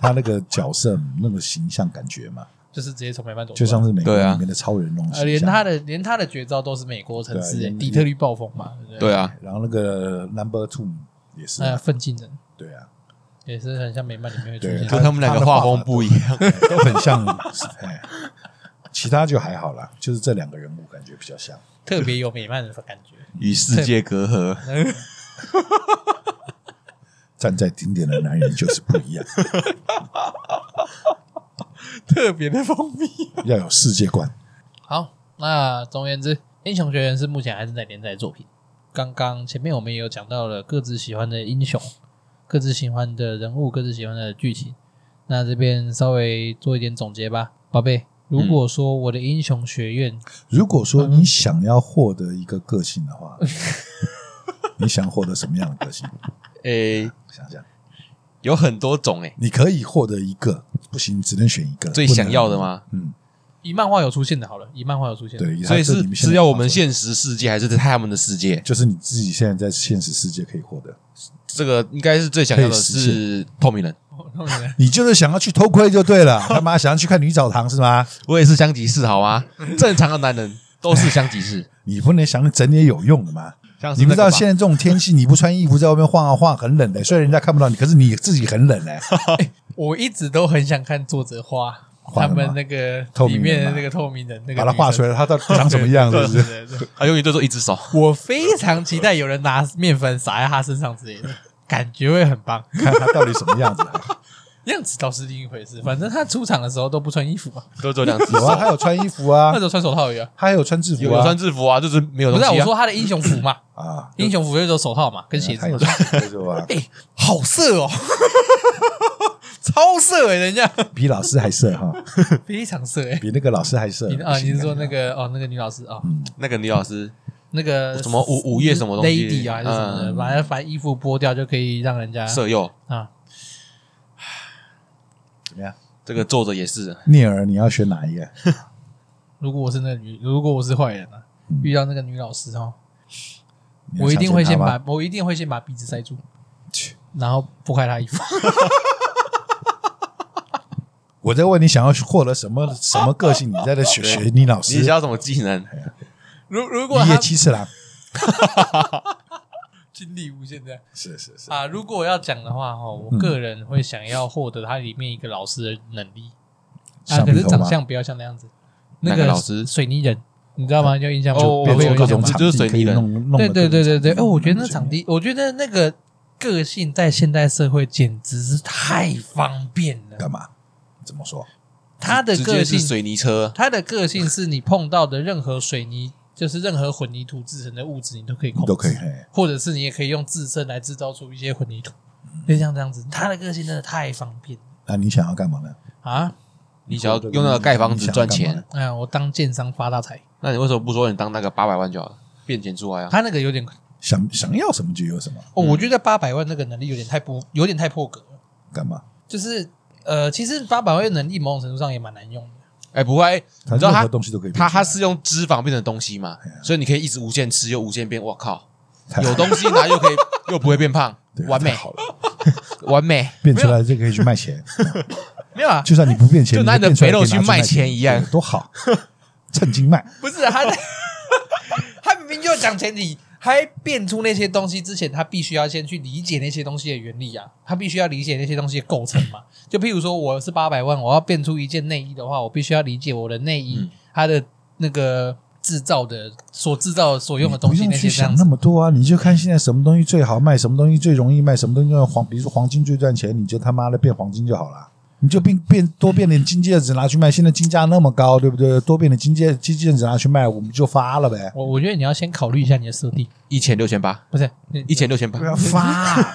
Speaker 2: 他那个角色那个形象感觉嘛，
Speaker 1: 就是直接从美漫走出
Speaker 2: 就
Speaker 1: 来，
Speaker 2: 像是美国
Speaker 3: 对啊
Speaker 2: 里面的超人那种
Speaker 1: 呃，
Speaker 2: 形
Speaker 1: 连
Speaker 2: 象。
Speaker 1: 他的连他的绝招都是美国城市
Speaker 2: 对啊
Speaker 1: 的
Speaker 2: 连
Speaker 1: 底特律暴风嘛，对不对？
Speaker 3: 对啊，
Speaker 2: 然后那个 Number Two 也是嘛，
Speaker 1: 呃，奋进人
Speaker 2: 对啊，
Speaker 1: 也是很像美漫里面会出
Speaker 2: 对
Speaker 1: 现
Speaker 3: 就
Speaker 1: 的。
Speaker 3: 他们两个画风不一样。
Speaker 2: 哎都很像。哎，其他就还好啦，就是这两个人物感觉比较像。
Speaker 1: 特别有美漫的感觉。
Speaker 3: 与世界隔阂。
Speaker 2: 站在顶点的男人就是不一样，
Speaker 1: 特别的封闭。
Speaker 2: 要有世界观。
Speaker 1: 好，那总而言之，《英雄学院》是目前还是在连载作品。刚刚前面我们也有讲到了各自喜欢的英雄、各自喜欢的人物、各自喜欢的剧情。那这边稍微做一点总结吧，宝贝。如果说我的英雄学院，
Speaker 2: 如果说你想要获得一个个性的话， 你想获得什么样的个性？
Speaker 3: 诶，
Speaker 2: 想想，
Speaker 3: 有很多种诶，
Speaker 2: 你可以获得一个，不行只能选一个
Speaker 3: 最想要的？吗？
Speaker 2: 不能嗯，
Speaker 1: 以漫画有出现的，好了，以漫画有出现的，
Speaker 2: 对，以他
Speaker 3: 所以
Speaker 2: 这里
Speaker 3: 是
Speaker 2: 面现在
Speaker 3: 是要我们
Speaker 2: 画出来，
Speaker 3: 现实世界，还是在他们的世界？
Speaker 2: 就是你自己现在在现实世界可以获得，
Speaker 3: 这个应该是最想要的
Speaker 2: 可以
Speaker 3: 是透明人。
Speaker 2: 你就是想要去偷窥就对 了。他妈想要去看女澡堂是吗？
Speaker 3: 我也是香吉士，好 吗？正常的男人都是香吉 士，
Speaker 2: 你不能想整点有用的嘛。
Speaker 3: 像是
Speaker 2: 你们
Speaker 3: 那个
Speaker 2: 知
Speaker 3: 吧
Speaker 2: 道现在这种天气，你不穿衣服在外面晃啊晃，很冷的、虽然人家看不到你，可是你自己很冷 哎、
Speaker 1: 我一直都很想看作者画
Speaker 2: 画
Speaker 1: 他
Speaker 2: 了吗
Speaker 1: 们那个
Speaker 2: 透
Speaker 1: 里
Speaker 2: 明人
Speaker 1: 面的
Speaker 2: 嘛
Speaker 1: 那个透明人，那个
Speaker 2: 把它画出
Speaker 1: 来。
Speaker 2: 来，它到底长什么样？ 是不是？
Speaker 1: 对对对
Speaker 3: 啊，永远就做一只手，
Speaker 1: 我非常期待有人拿面粉撒在他身上之类的，感觉会很棒。
Speaker 2: 看它到底什么样 子、
Speaker 1: 样子倒是另一回事，反正他出场的时候都不穿衣服嘛，
Speaker 3: 都做两只
Speaker 2: 有啊，
Speaker 3: 手。
Speaker 2: 他有穿衣服啊
Speaker 1: 那时，候穿手套而已啊。
Speaker 2: 他还有穿制服
Speaker 3: 有有
Speaker 2: 啊
Speaker 3: 穿制服啊，就是没有
Speaker 1: 不
Speaker 3: 东
Speaker 1: 是
Speaker 3: 西
Speaker 1: 啊、我
Speaker 3: 啊。
Speaker 1: 说他的英雄服 嘛，
Speaker 2: 啊，
Speaker 1: 英雄服就是有手套嘛，跟鞋子
Speaker 2: 他有
Speaker 1: 嘛。
Speaker 2: 穿制服 啊，
Speaker 1: 哎、好色哦， 超色哎、人家
Speaker 2: 比老师还色哈，
Speaker 1: 非常色哎、
Speaker 2: 比那个老师还色
Speaker 1: 你啊，
Speaker 2: 不行
Speaker 1: 你是说那个哦，那个女老师哦，
Speaker 3: 那个女老师，
Speaker 1: 那个
Speaker 3: 什么午午夜什么东西
Speaker 1: lady 啊，还是什么的，
Speaker 3: 嗯
Speaker 1: 把它把衣服剥掉就可以让人家
Speaker 3: 色诱，
Speaker 1: 啊，
Speaker 2: 怎么样？
Speaker 3: 这个作者也是，
Speaker 2: 聂耳，你要选哪一个？
Speaker 1: 如果我是那个女，如果我是坏人啊，
Speaker 2: 嗯
Speaker 1: 遇到那个女老师哦，
Speaker 2: 你要
Speaker 1: 我一定会先
Speaker 2: 强奸他
Speaker 1: 把
Speaker 2: 吗
Speaker 1: 我一定会先把鼻子塞住，
Speaker 2: 切
Speaker 1: 然后剥开 她衣服。
Speaker 2: 我在问你想要获得什么什么个性？你在这 学学你老
Speaker 3: 你
Speaker 2: 师
Speaker 3: 想要什么技能？
Speaker 1: 如如果
Speaker 2: 一夜
Speaker 1: 她
Speaker 2: 七次郎，
Speaker 1: 精力无限的
Speaker 2: 是是是，
Speaker 1: 啊，如果要讲的话哈，我个人会想要获得它里面一个老师的能力啊，
Speaker 2: 橡
Speaker 1: 可
Speaker 2: 皮
Speaker 1: 是
Speaker 2: 头
Speaker 1: 长
Speaker 2: 吗？
Speaker 1: 相不要像那样子，
Speaker 3: 哪
Speaker 1: 那
Speaker 3: 个
Speaker 1: 个
Speaker 3: 老师
Speaker 1: 水泥人，你知道吗？就印象
Speaker 3: 哦
Speaker 1: 中
Speaker 2: 变
Speaker 1: 会
Speaker 2: 成
Speaker 1: 有
Speaker 2: 各
Speaker 1: 印象
Speaker 2: 种
Speaker 1: 吗
Speaker 2: 场
Speaker 3: 就是
Speaker 2: 地
Speaker 3: 水
Speaker 2: 可
Speaker 3: 泥
Speaker 2: 以
Speaker 3: 人
Speaker 2: 弄弄的
Speaker 1: 对对
Speaker 2: 各种
Speaker 1: 对对对，
Speaker 2: 场地
Speaker 1: 哦，我觉得那
Speaker 2: 弄
Speaker 1: 场地，我觉得那个个性在现代社会简直是太方便了。
Speaker 2: 干嘛？怎么说？
Speaker 1: 他的
Speaker 3: 直
Speaker 1: 个
Speaker 3: 接是
Speaker 1: 性，
Speaker 3: 水泥车，
Speaker 1: 他的个性是你碰到的任何水泥，就是任何混凝土制成的物质，你都可以控
Speaker 2: 你
Speaker 1: 制，
Speaker 2: 都可以，嘿
Speaker 1: 或者是你也可以用自身来制造出一些混凝土，就像这样子。他的个性真的太方便了
Speaker 2: 那你想要干嘛呢？
Speaker 1: 啊！
Speaker 3: 你想要用那个盖房子赚
Speaker 2: 你想要干嘛
Speaker 3: 钱
Speaker 2: 呢，
Speaker 1: 哎呀，我当建商发大财，
Speaker 3: 那你为什么不说你当那个八百万就好了，变钱出来啊？
Speaker 1: 他那个有点，
Speaker 2: 想想要什么就有什么，
Speaker 1: 哦，我觉得八百万那个能力有点太不，有点太破格了，
Speaker 2: 干嘛？
Speaker 1: 就是。呃，其实八百万的能力某种程度上也蛮难用的，
Speaker 3: 哎，不会，你知道
Speaker 2: 任
Speaker 3: 他
Speaker 2: 何东西都可以变
Speaker 3: 它
Speaker 2: 出来。
Speaker 3: 它是用脂肪变成东西嘛，所以你可以一直无限吃又无限变。我靠，
Speaker 2: 哎太
Speaker 3: 有东西拿 又可以又不会变胖
Speaker 2: 对，
Speaker 3: 完美
Speaker 2: 太好了，
Speaker 3: 完美。
Speaker 2: 变出来就可以去卖钱，
Speaker 1: 没有啊？
Speaker 2: 就算你不变钱，
Speaker 3: 就拿你的
Speaker 2: 变出来
Speaker 3: 肥肉
Speaker 2: 可以拿
Speaker 3: 去卖
Speaker 2: 卖
Speaker 3: 钱一样
Speaker 2: 对多好，趁斤卖。
Speaker 1: 不是、啊、他在，他明明就讲前提，还变出那些东西之前，他必须要先去理解那些东西的原理啊，他必须要理解那些东西的构成嘛。就譬如说，我是八百万，我要变出一件内衣的话，我必须要理解我的内衣、
Speaker 3: 嗯
Speaker 1: 它的那个制造的所制造的所用的东西
Speaker 2: 你不
Speaker 1: 那
Speaker 2: 用去
Speaker 1: 些这
Speaker 2: 想
Speaker 1: 样
Speaker 2: 那
Speaker 1: 子。
Speaker 2: 么多啊！你就看现在什么东西最好卖，什么东西最容易卖，什么东西最黄，比如说黄金最赚钱，你就他妈的变黄金就好了。你就变变多变点金戒指拿去卖，现在金价那么高，对不对？多变点金戒金戒指拿去卖，我们就发了呗。
Speaker 1: 我我觉得你要先考虑一下你的设定，
Speaker 3: 一千六千八，
Speaker 1: 不是你
Speaker 3: 一千六千八
Speaker 2: 不，要发啊，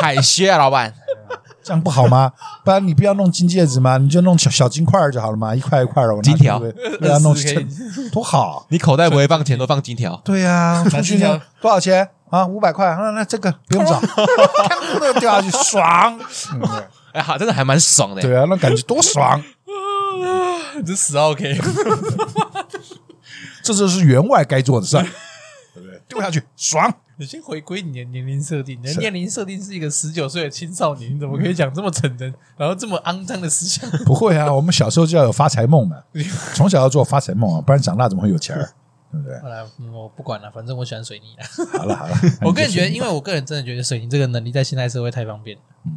Speaker 3: 海鲜啊，老板，
Speaker 2: 这样不好吗？不然你不要弄金戒指嘛，你就弄小小金块儿就好了嘛，一块一块的，我拿去
Speaker 3: 金条
Speaker 2: 对不要弄
Speaker 1: 可以
Speaker 2: 多好。
Speaker 3: 你口袋不会放钱，都放金条，
Speaker 2: 对 呀、出去
Speaker 1: 金条
Speaker 2: 呢多少钱啊？五百块，那那这 个不用找，看那掉下去爽。 嗯对
Speaker 3: 哎，好，真的还蛮爽 的。
Speaker 2: 对啊，那感觉多爽！
Speaker 1: 你这死 OK，
Speaker 2: 这就是员外该做的事儿， 对不对？丢下去 爽，
Speaker 1: 你先回归你的年龄设定，你的
Speaker 2: 是
Speaker 1: 年龄设定是一个十九岁的青少年，你怎么可以讲这么成人，然后这么肮脏的思想？
Speaker 2: 不会啊，我们小时候就要有发财梦 嘛，从小要做发财梦啊，不然长大怎么会有钱 儿？对不对？
Speaker 1: 后来、嗯、我不管了，反正我喜欢水泥啦。
Speaker 2: 好了好 了，
Speaker 1: 我个人觉得，
Speaker 2: 啊那你
Speaker 1: 因为我个人真的觉得水泥这个能力在现代社会太方便了，
Speaker 2: 就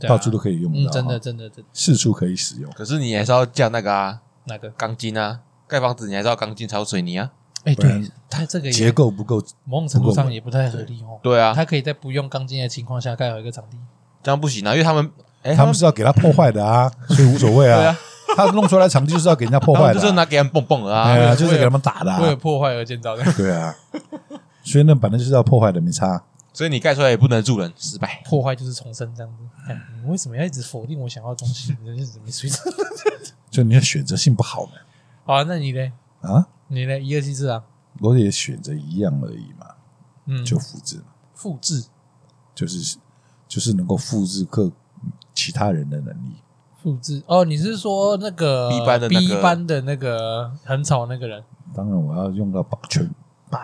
Speaker 1: 对啊
Speaker 2: 嗯到处都可以用得
Speaker 1: 嗯，
Speaker 2: 到啊，
Speaker 1: 真的真的真的
Speaker 2: 四处可以使用。
Speaker 3: 可是你还是要叫那个啊，
Speaker 1: 那个，
Speaker 3: 钢筋啊，盖房子你还是要钢筋才有水泥啊。
Speaker 1: 哎，
Speaker 2: 不然
Speaker 1: 对，它这个
Speaker 2: 结
Speaker 1: 也
Speaker 2: 构不够，
Speaker 1: 某种程度上也不太合理哦。
Speaker 3: 对啊，
Speaker 1: 它可以在不用钢筋的情况下盖好一个场地，
Speaker 3: 这样不行啊，因为他们，哎，
Speaker 2: 他们是要给它破坏的啊，所以无所谓
Speaker 3: 对
Speaker 2: 啊
Speaker 3: 啊。
Speaker 2: 他弄出来场地就是要给人家破
Speaker 3: 他
Speaker 2: 坏
Speaker 3: 们
Speaker 2: 的
Speaker 3: 就是
Speaker 2: 啊，
Speaker 3: 拿给他们蹦蹦的
Speaker 2: 哎
Speaker 3: 啊。
Speaker 2: 呀，就是给他们打的
Speaker 1: 为了
Speaker 2: 啊，
Speaker 1: 破坏而建造的，
Speaker 2: 对啊。 所以那本来就是要破坏的，没差。啊
Speaker 3: 所以你盖出来也不能住人，失败。
Speaker 1: 破坏就是重生这样子。哎你为什么要一直否定我想要的东西？你真是没水准。
Speaker 2: 就你的选择性不好嘛
Speaker 1: 好啊，那你嘞？
Speaker 2: 啊，
Speaker 1: 你嘞？一二七四啊？
Speaker 2: 我也选择一样而已嘛，
Speaker 1: 嗯，
Speaker 2: 就复制嘛，
Speaker 1: 复制，
Speaker 2: 就是就是能够复制各其他人的能力。
Speaker 1: 复制。哦，你是说那个
Speaker 3: B 班的那个
Speaker 1: B 班的那个很吵那个人？
Speaker 2: 当然，我要用到把全 bug，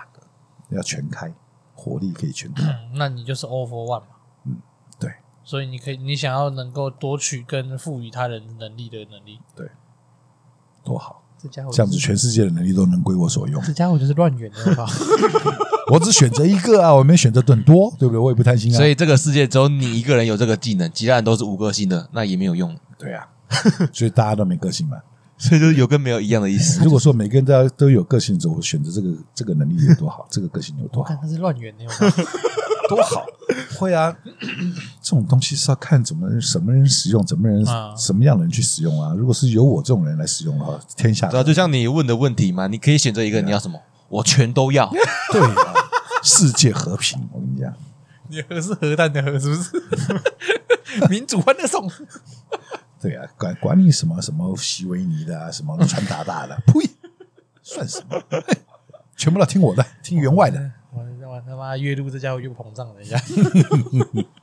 Speaker 2: 要全开，火力可以全开。
Speaker 1: 嗯那你就是 all for one 嘛。
Speaker 2: 嗯，对。
Speaker 1: 所以你可以，你想要能够夺取跟赋予他人能力的能力，
Speaker 2: 多好！
Speaker 1: 这家伙
Speaker 2: 这样子，全世界的能力都能归我所用。
Speaker 1: 这家伙就是乱源的吧？
Speaker 2: 我只选择一个啊，我没选择很多，对不对？我也不贪心啊。
Speaker 3: 所以这个世界只有你一个人有这个技能，其他人都是无个性的，那也没有用。
Speaker 2: 对啊，所以大家都没个性嘛。
Speaker 3: 所以就是有跟没有一样的意思。
Speaker 2: 如果说每个人都要都有个性的时候，我选择这个这个能力有多好，这个个性有多
Speaker 1: 我
Speaker 2: 好
Speaker 1: 看。他是乱源的，有没有
Speaker 2: 多好，会啊。这种东西是要看怎么人什么人使用，怎么人、
Speaker 1: 啊
Speaker 2: 什么样的人去使用啊。如果是由我这种人来使用的话，天下
Speaker 3: 对啊，就像你问的问题嘛，你可以选择一个，你要什么？我全都要。
Speaker 2: 对啊，世界和平。我跟你讲，
Speaker 1: 你核是核弹的核，是不是？民主欢乐颂，
Speaker 2: 对啊，管管你什么什么席维尼的啊，什么穿达达 的，呸，算什么？ 全部都听我的，听员外的。
Speaker 1: 我我他妈越录这家伙越膨胀了一下。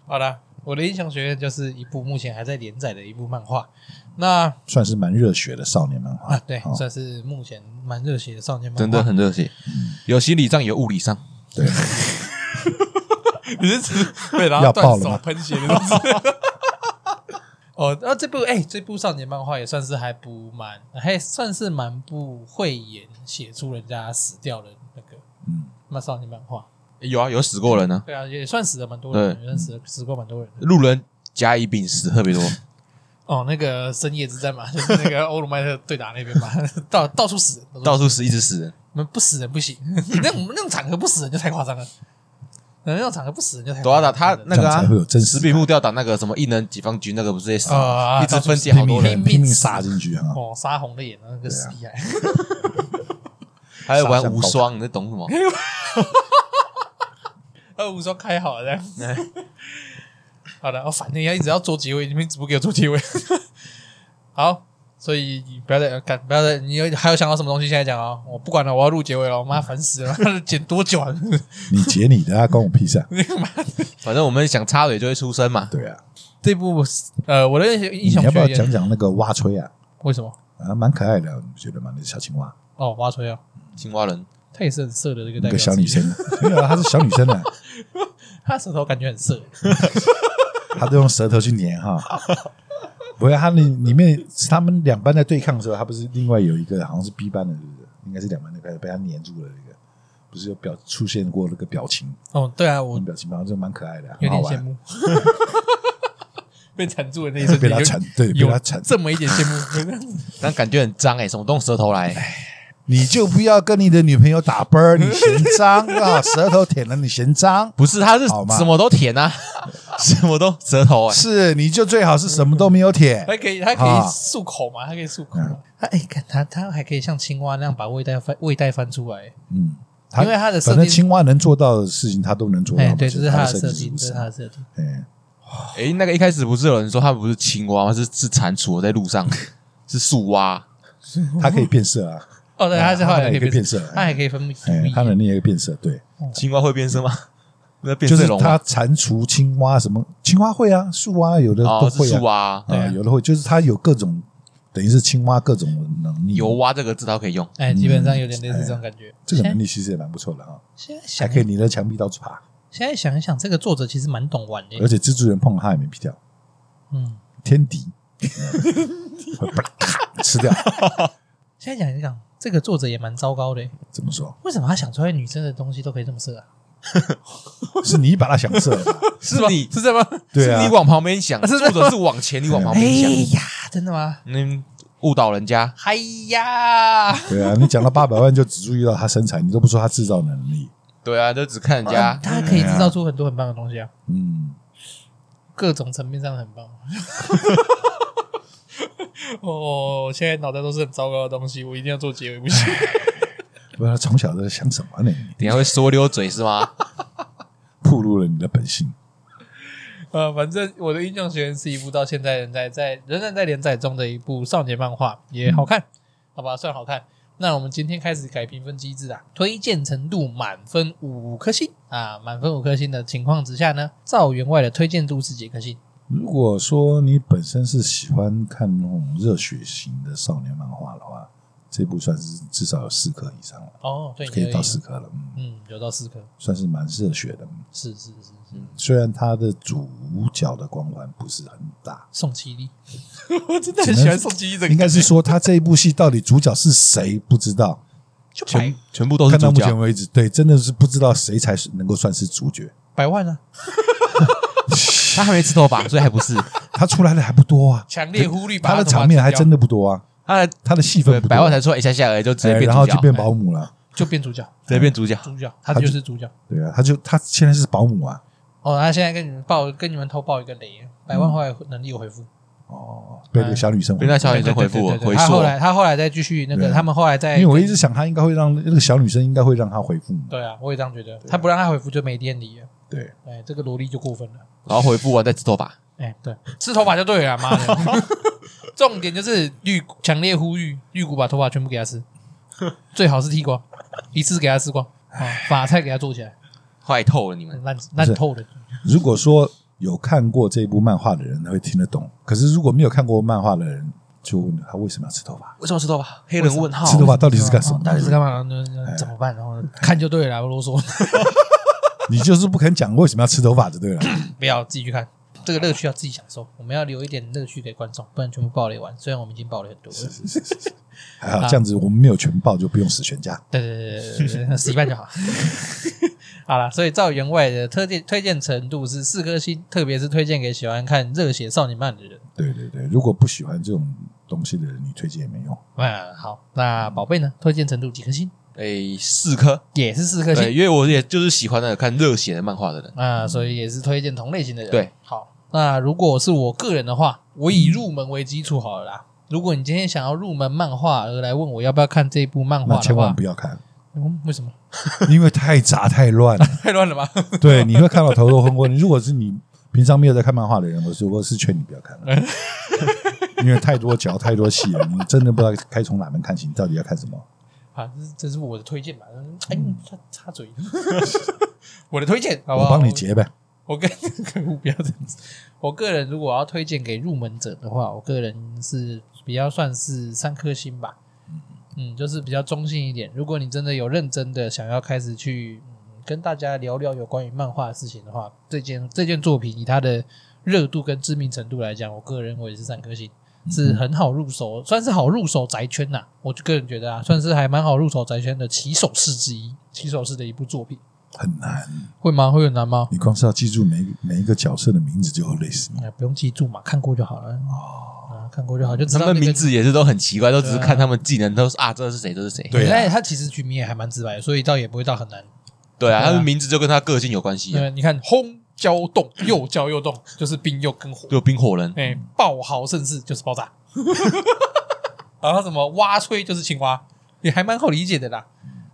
Speaker 1: 好了，我的英雄学院就是一部目前还在连载的一部漫画。那
Speaker 2: 算是蛮热血的少年漫画
Speaker 1: 啊，对，
Speaker 2: 哦
Speaker 1: 算是目前蛮热血的少年漫画，
Speaker 3: 真的很热血，有心理上有物理上，
Speaker 2: 对，
Speaker 1: 你是指被然后
Speaker 2: 要
Speaker 1: 断
Speaker 2: 爆了
Speaker 1: 手
Speaker 2: 吗
Speaker 1: 喷血的东西？ 哦，那、这部哎、这部少年漫画也算是还不蛮，还算是蛮不讳言写出人家死掉的那个
Speaker 2: 嗯，
Speaker 1: 那少年漫画。
Speaker 3: 有啊，有死过人啊，
Speaker 1: 对啊，也算死了蛮多人的，
Speaker 3: 对
Speaker 1: 也算死了死过蛮多人的。
Speaker 3: 路人甲乙丙死特别 多，
Speaker 1: 哦，那个深夜之战嘛，就是那个欧鲁麦特对打那边嘛， 到到处死人，
Speaker 3: 到处死，一直死人。
Speaker 1: 我们不死人不行， 那我们那种场合不死人就太夸张了。嗯那种场合不死人就太
Speaker 3: 对啊，
Speaker 1: 夸
Speaker 3: 打
Speaker 1: 张
Speaker 3: 他
Speaker 1: 了
Speaker 3: 那个
Speaker 2: 这样
Speaker 3: 啊
Speaker 2: 才会有真，实
Speaker 3: 十
Speaker 2: 感
Speaker 3: 比木吊打那个什么异能解放军那个不是也死吗，
Speaker 1: 啊
Speaker 3: 一直分啊解
Speaker 2: 拼
Speaker 3: 好多
Speaker 2: 命
Speaker 3: 人，
Speaker 2: 拼命杀进去啊！
Speaker 1: 哦，杀红了眼，那个死厉害。
Speaker 3: 还有玩无双，你在懂什么？
Speaker 1: 二五双开好了这样子。好的，我、哦反正要一直要做结尾，你们一直不给我做结尾。 好，所以你不要再呃干，不要再，你有还有想到什么东西现在讲哦，我不管了，我要录结尾了，我妈烦死了，妈的剪多久啊？
Speaker 2: 你解你的啊，关我屁事啊！
Speaker 1: 那个妈的
Speaker 3: 反正我们想插嘴就会出声嘛。
Speaker 2: 对啊，
Speaker 1: 这部呃，我的 英
Speaker 2: 你
Speaker 1: 雄
Speaker 2: 要不要
Speaker 1: 学
Speaker 2: 讲
Speaker 1: 院
Speaker 2: 讲那个蛙吹啊？
Speaker 1: 为什么？
Speaker 2: 啊，蛮可爱的，你不觉得吗？那小青蛙，
Speaker 1: 哦，挖锤啊，
Speaker 3: 青蛙人，
Speaker 1: 她也是很色的这个代表
Speaker 2: 一个小
Speaker 1: 之一
Speaker 2: 女，生， 没有啊，她是小女生啊，
Speaker 1: 她舌头感觉很色，
Speaker 2: 她都用舌头去粘哈。不是，她那里面是他们两班在对抗的时候，她不是另外有一个好像是 B 班的，是不是？应该是两班的，被她粘住了一个，不是有表出现过那个表情，
Speaker 1: 哦，对啊，我
Speaker 2: 表情包就蛮可爱的，
Speaker 1: 有
Speaker 2: 很好
Speaker 1: 点羡
Speaker 2: 玩。
Speaker 1: 慕。被缠住的那一瞬
Speaker 2: 被
Speaker 1: 间，
Speaker 2: 他
Speaker 1: 有
Speaker 2: 缠，对，被
Speaker 1: 有
Speaker 2: 他缠，
Speaker 1: 这么一点羡 慕。
Speaker 3: 但感觉很脏哎，什么动舌头来？
Speaker 2: 你就不要跟你的女朋友打啵 儿，你嫌脏啊，舌头舔了你嫌脏，
Speaker 3: 不是，他是
Speaker 2: 好嘛
Speaker 3: 什么都舔啊，什么都舌头哎。
Speaker 2: 是你就最好是什么都没有舔。
Speaker 1: 他可以，他可
Speaker 2: 啊嗯
Speaker 1: 以漱口嘛？他可以漱口嘛。他哎，看他，他还可以像青蛙那样把胃袋翻胃袋翻出来。
Speaker 2: 嗯，他
Speaker 1: 因为他的设
Speaker 2: 反
Speaker 1: 定
Speaker 2: 正青蛙能做到的事情，他都能做到
Speaker 1: 哎
Speaker 2: 嘛，，
Speaker 1: 对，这是他
Speaker 2: 他
Speaker 1: 的设
Speaker 2: 计
Speaker 1: 定，这
Speaker 2: 是
Speaker 1: 是他的设定。
Speaker 2: 哎，
Speaker 3: 诶，那个一开始不是有人说他不是青蛙吗？是是蟾蜍在路上，是树蛙。
Speaker 2: 他可以变色啊，
Speaker 1: 哦， 对，
Speaker 2: 啊
Speaker 1: 他是后
Speaker 2: 他
Speaker 1: 来
Speaker 2: 也
Speaker 1: 可以
Speaker 2: 可以变色
Speaker 1: 他还可以分泌分
Speaker 2: 哎，他
Speaker 1: 泌。
Speaker 2: 能力也可以变色，对，
Speaker 3: 青蛙会变色吗？ 那变
Speaker 2: 就是
Speaker 3: 色龙啊
Speaker 2: 他
Speaker 3: 吗？
Speaker 2: 蟾蜍、青蛙什么，青蛙会啊，树蛙有的都
Speaker 3: 哦，是
Speaker 2: 会
Speaker 3: 树
Speaker 2: 啊，
Speaker 3: 蛙。
Speaker 1: 对啊
Speaker 2: 啊，有的会，就是他有各种，等于是青蛙各种能力，
Speaker 3: 油蛙这个字它可以用，
Speaker 1: 哎，基本上有点类似这种感觉。
Speaker 2: 嗯这个能力其实也蛮不错的啊，
Speaker 1: 现在现
Speaker 2: 还
Speaker 1: 在
Speaker 2: 可以
Speaker 1: 想，
Speaker 2: 离着墙壁到处爬，
Speaker 1: 现在想一想，这个作者其实蛮懂玩的
Speaker 2: 而。且蜘蛛人碰他也没劈掉，
Speaker 1: 嗯，
Speaker 2: 天 敌会啪啦咔吃掉，
Speaker 1: 现在想一想，这个作者也蛮糟糕的。
Speaker 2: 怎么说？
Speaker 1: 为什么他想出来女生的东西都可以这么色啊？
Speaker 2: 是你把它想啊色了吧，
Speaker 3: 是吗？你
Speaker 1: 是这吗？
Speaker 2: 对啊
Speaker 3: 是你，往旁边想，
Speaker 1: 是
Speaker 3: 作者是往前，你往旁
Speaker 1: 哎
Speaker 3: 边想，
Speaker 1: 呀，真的吗？
Speaker 3: 嗯，误导人家。
Speaker 1: 哎呀，
Speaker 2: 对啊，你讲到八百万就只注意到他身材，你都不说他制造能力，
Speaker 3: 对啊，就只看人家。
Speaker 1: 他可以制造出很多很棒的东西啊，
Speaker 2: 嗯。
Speaker 1: 各种层面上很棒。 哦，现在脑袋都是很糟糕的东西，我一定要做结尾，不行。
Speaker 2: 不知道从小都在想什么呢？你
Speaker 3: 等一下会说溜嘴是吗？
Speaker 2: 暴露了你的本性。
Speaker 1: 呃，反正我的《英雄学院》是一部到现在仍在在仍然在连载中的一部少年漫画，也好看，好吧，算好看。那我们今天开始改评分机制啊，推荐程度满分五颗星啊，满分五颗星的情况之下呢，照员外的推荐度是几颗星？
Speaker 2: 如果说你本身是喜欢看那种热血型的少年漫画的话，这部算是至少有四颗以上了，
Speaker 1: 哦，
Speaker 3: 哎
Speaker 1: 对，
Speaker 2: 可以到四
Speaker 1: 颗，
Speaker 2: 颗了，嗯，
Speaker 1: 嗯，有到四颗，
Speaker 2: 算是蛮热血的。嗯
Speaker 1: 是是是是，
Speaker 2: 虽然它的主角的光环不是很大，
Speaker 1: 宋其力， 我真的很喜欢宋其力这个，
Speaker 2: 应该是说他这一部戏到底主角是谁不知道。
Speaker 1: 就百
Speaker 3: 全全部都是
Speaker 2: 看到
Speaker 3: 主
Speaker 2: 目前
Speaker 3: 角，
Speaker 2: 为止，对，真的是不知道谁才是能够算是主角。
Speaker 1: 百万啊，
Speaker 3: 他还没吃头发，所以还不是。
Speaker 2: 他出来的还不多啊，
Speaker 1: 强烈忽略把
Speaker 2: 他的
Speaker 1: 头发
Speaker 2: 场面还
Speaker 1: 剪掉
Speaker 2: 真的不多啊，
Speaker 3: 他的
Speaker 2: 他的戏份
Speaker 3: 对
Speaker 2: 不多
Speaker 3: 百万才出来一下下而已，就直接
Speaker 2: 哎
Speaker 3: 变主
Speaker 2: 然
Speaker 3: 角，
Speaker 2: 后就变保姆了。
Speaker 1: 就变主角，
Speaker 3: 直接变主角。
Speaker 1: 主角他
Speaker 2: 他就
Speaker 1: 就是主角。
Speaker 2: 对啊，他就他现在是保姆啊。
Speaker 1: 哦，他现在跟你们爆，跟你们偷爆一个雷，百
Speaker 2: 嗯
Speaker 1: 万后来能力有回复，
Speaker 2: 哦，被那个小女生，
Speaker 3: 被那小女生回复哦我
Speaker 1: 对对对
Speaker 3: 回
Speaker 1: 对他
Speaker 3: 溯
Speaker 1: 后
Speaker 3: 我，
Speaker 1: 来他后来再继续那
Speaker 2: 对
Speaker 1: 个，
Speaker 2: 啊
Speaker 1: 他们后来
Speaker 2: 因
Speaker 1: 再
Speaker 2: 为我一直想，他应该会让那个小女生应该会让他回复嘛。
Speaker 1: 对啊，我也这样觉得，他不让他回复就没电力了，
Speaker 2: 对，
Speaker 1: 哎，这个萝莉就过分了，
Speaker 3: 然后回复完再吃头发。
Speaker 1: 哎，对，吃头发就对了啊，妈 的，重点就是绿谷强烈呼吁绿谷把头发全部给他吃，最好是剃光，一次给他吃光，啊，发菜给他做起来，
Speaker 3: 坏透了你们，
Speaker 1: 烂烂透了，
Speaker 2: 如果说有看过这部漫画的人，他会听得懂；可是如果没有看过漫画的人，就问他为什么要吃头发？
Speaker 3: 为什么吃头发？黑人问号，
Speaker 2: 吃头发到底是干什么
Speaker 1: 哦？到底是干嘛？那那怎么办？然后看就对了啊，不啰嗦。
Speaker 2: 你就是不肯讲为什么要吃头发就对了。
Speaker 1: 不要自己去看，这个乐趣要自己享受。我们要留一点乐趣给观众，不然全部爆雷完。虽然我们已经爆雷很多了，
Speaker 2: 还哎好这样子，我们没有全报就不用死全家。
Speaker 1: 对对对对对对对，死一半就好。好啦，所以照员外的推荐推荐程度是四颗星，特别是推荐给喜欢看热血少年漫的人。
Speaker 2: 对对对，如果不喜欢这种东西的人，你推荐也没用。
Speaker 1: 嗯，好，那宝贝呢？推荐程度几颗星？
Speaker 3: 诶，哎四颗。
Speaker 1: 也是四颗
Speaker 3: 对，
Speaker 1: 星
Speaker 3: 因为我也就是喜欢那个看热血的漫画的人。
Speaker 1: 啊、所以也是推荐同类型的人。
Speaker 3: 对，
Speaker 1: 好，那如果是我个人的话，我以入门为基础好了啦。如果你今天想要入门漫画而来问我要不要看这部漫画
Speaker 2: 那
Speaker 1: 的话，
Speaker 2: 千万不要看，
Speaker 1: 嗯为什么？
Speaker 2: 因为太杂太乱了。
Speaker 1: 太乱了吧？
Speaker 2: 对，你会看到头头昏昏。如果是你平常没有在看漫画的人，我说我是劝你不要看 了，因为太多脚太多戏了，你真的不知道该从哪门看起，你到底要看什么？
Speaker 1: 啊，这是这是我的推荐吧？嗯哎，插插 嘴， 我的推荐，
Speaker 3: 啊
Speaker 1: 好不
Speaker 2: 我
Speaker 1: 好？
Speaker 2: 帮你。结呗。
Speaker 1: 我跟客户不要这样子。我个人如果要推荐给入门者的话，我个人是比较算是三颗星吧。嗯，就是比较中性一点。如果你真的有认真的想要开始去、嗯、跟大家聊聊有关于漫画的事情的话，这件这件作品以它的热度跟知名程度来讲，我个人我也是三颗星。是很好入手，算是好入手宅圈呐、我就个人觉得啊，算是还蛮好入手宅圈的起手式之一，起手式的一部作品，
Speaker 2: 很难。
Speaker 1: 会吗？会很难吗？
Speaker 2: 你光是要记住每每一个角色的名字就会累死你。
Speaker 1: 哎，不用记住嘛，看过就好了。哦，啊，看过就好，就知
Speaker 3: 他
Speaker 1: 道、
Speaker 3: 们名。字也是都很奇怪，都只是
Speaker 1: 对啊
Speaker 3: 看他们技能，都是啊，这是谁，这是谁。
Speaker 2: 对啊
Speaker 1: 但是哎他其实取名也还蛮直白，所以倒也不会到很难。
Speaker 3: 对啊，
Speaker 1: 对啊
Speaker 3: 他们名字就跟他个性有关系啊，
Speaker 1: 对，你看轰焦动，又焦又动， 就是冰又跟火。
Speaker 3: 就冰火人，
Speaker 1: 哎，爆豪盛世就是爆炸， 然后什么蛙吹就是青蛙，也还蛮好理解的啦。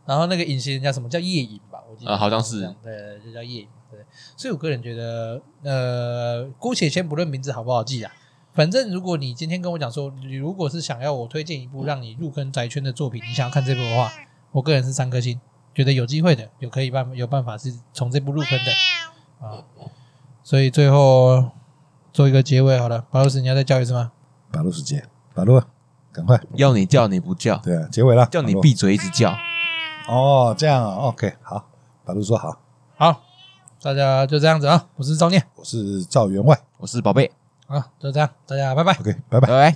Speaker 1: 然后那个隐形人叫什么叫夜影吧？我记得
Speaker 3: 啊好像是
Speaker 1: 对，就叫夜影。对，所以我个人觉得，呃，姑且先不论名字好不好记啊，反正如果你今天跟我讲说，你如果是想要我推荐一部让你入坑宅圈的作品，你想要看这部的话，我个人是三颗星，觉得有机会的，有可以办有办法是从这部入坑的。啊，所以最后做一个结尾好了。白老师，你要再教一次吗？
Speaker 2: 把路时间，把路啊，赶快，
Speaker 3: 要你叫你不叫，
Speaker 2: 对啊，结尾了，
Speaker 3: 叫你
Speaker 2: 把路
Speaker 3: 闭嘴一直叫，
Speaker 2: 哦，这样啊，OK，好，把路说好，
Speaker 1: 好，大家就这样子啊，我是赵念
Speaker 2: 我是赵员外
Speaker 3: 我是宝贝，
Speaker 1: 啊，就这样，大家拜拜。
Speaker 2: ，OK，拜拜
Speaker 3: 拜。拜。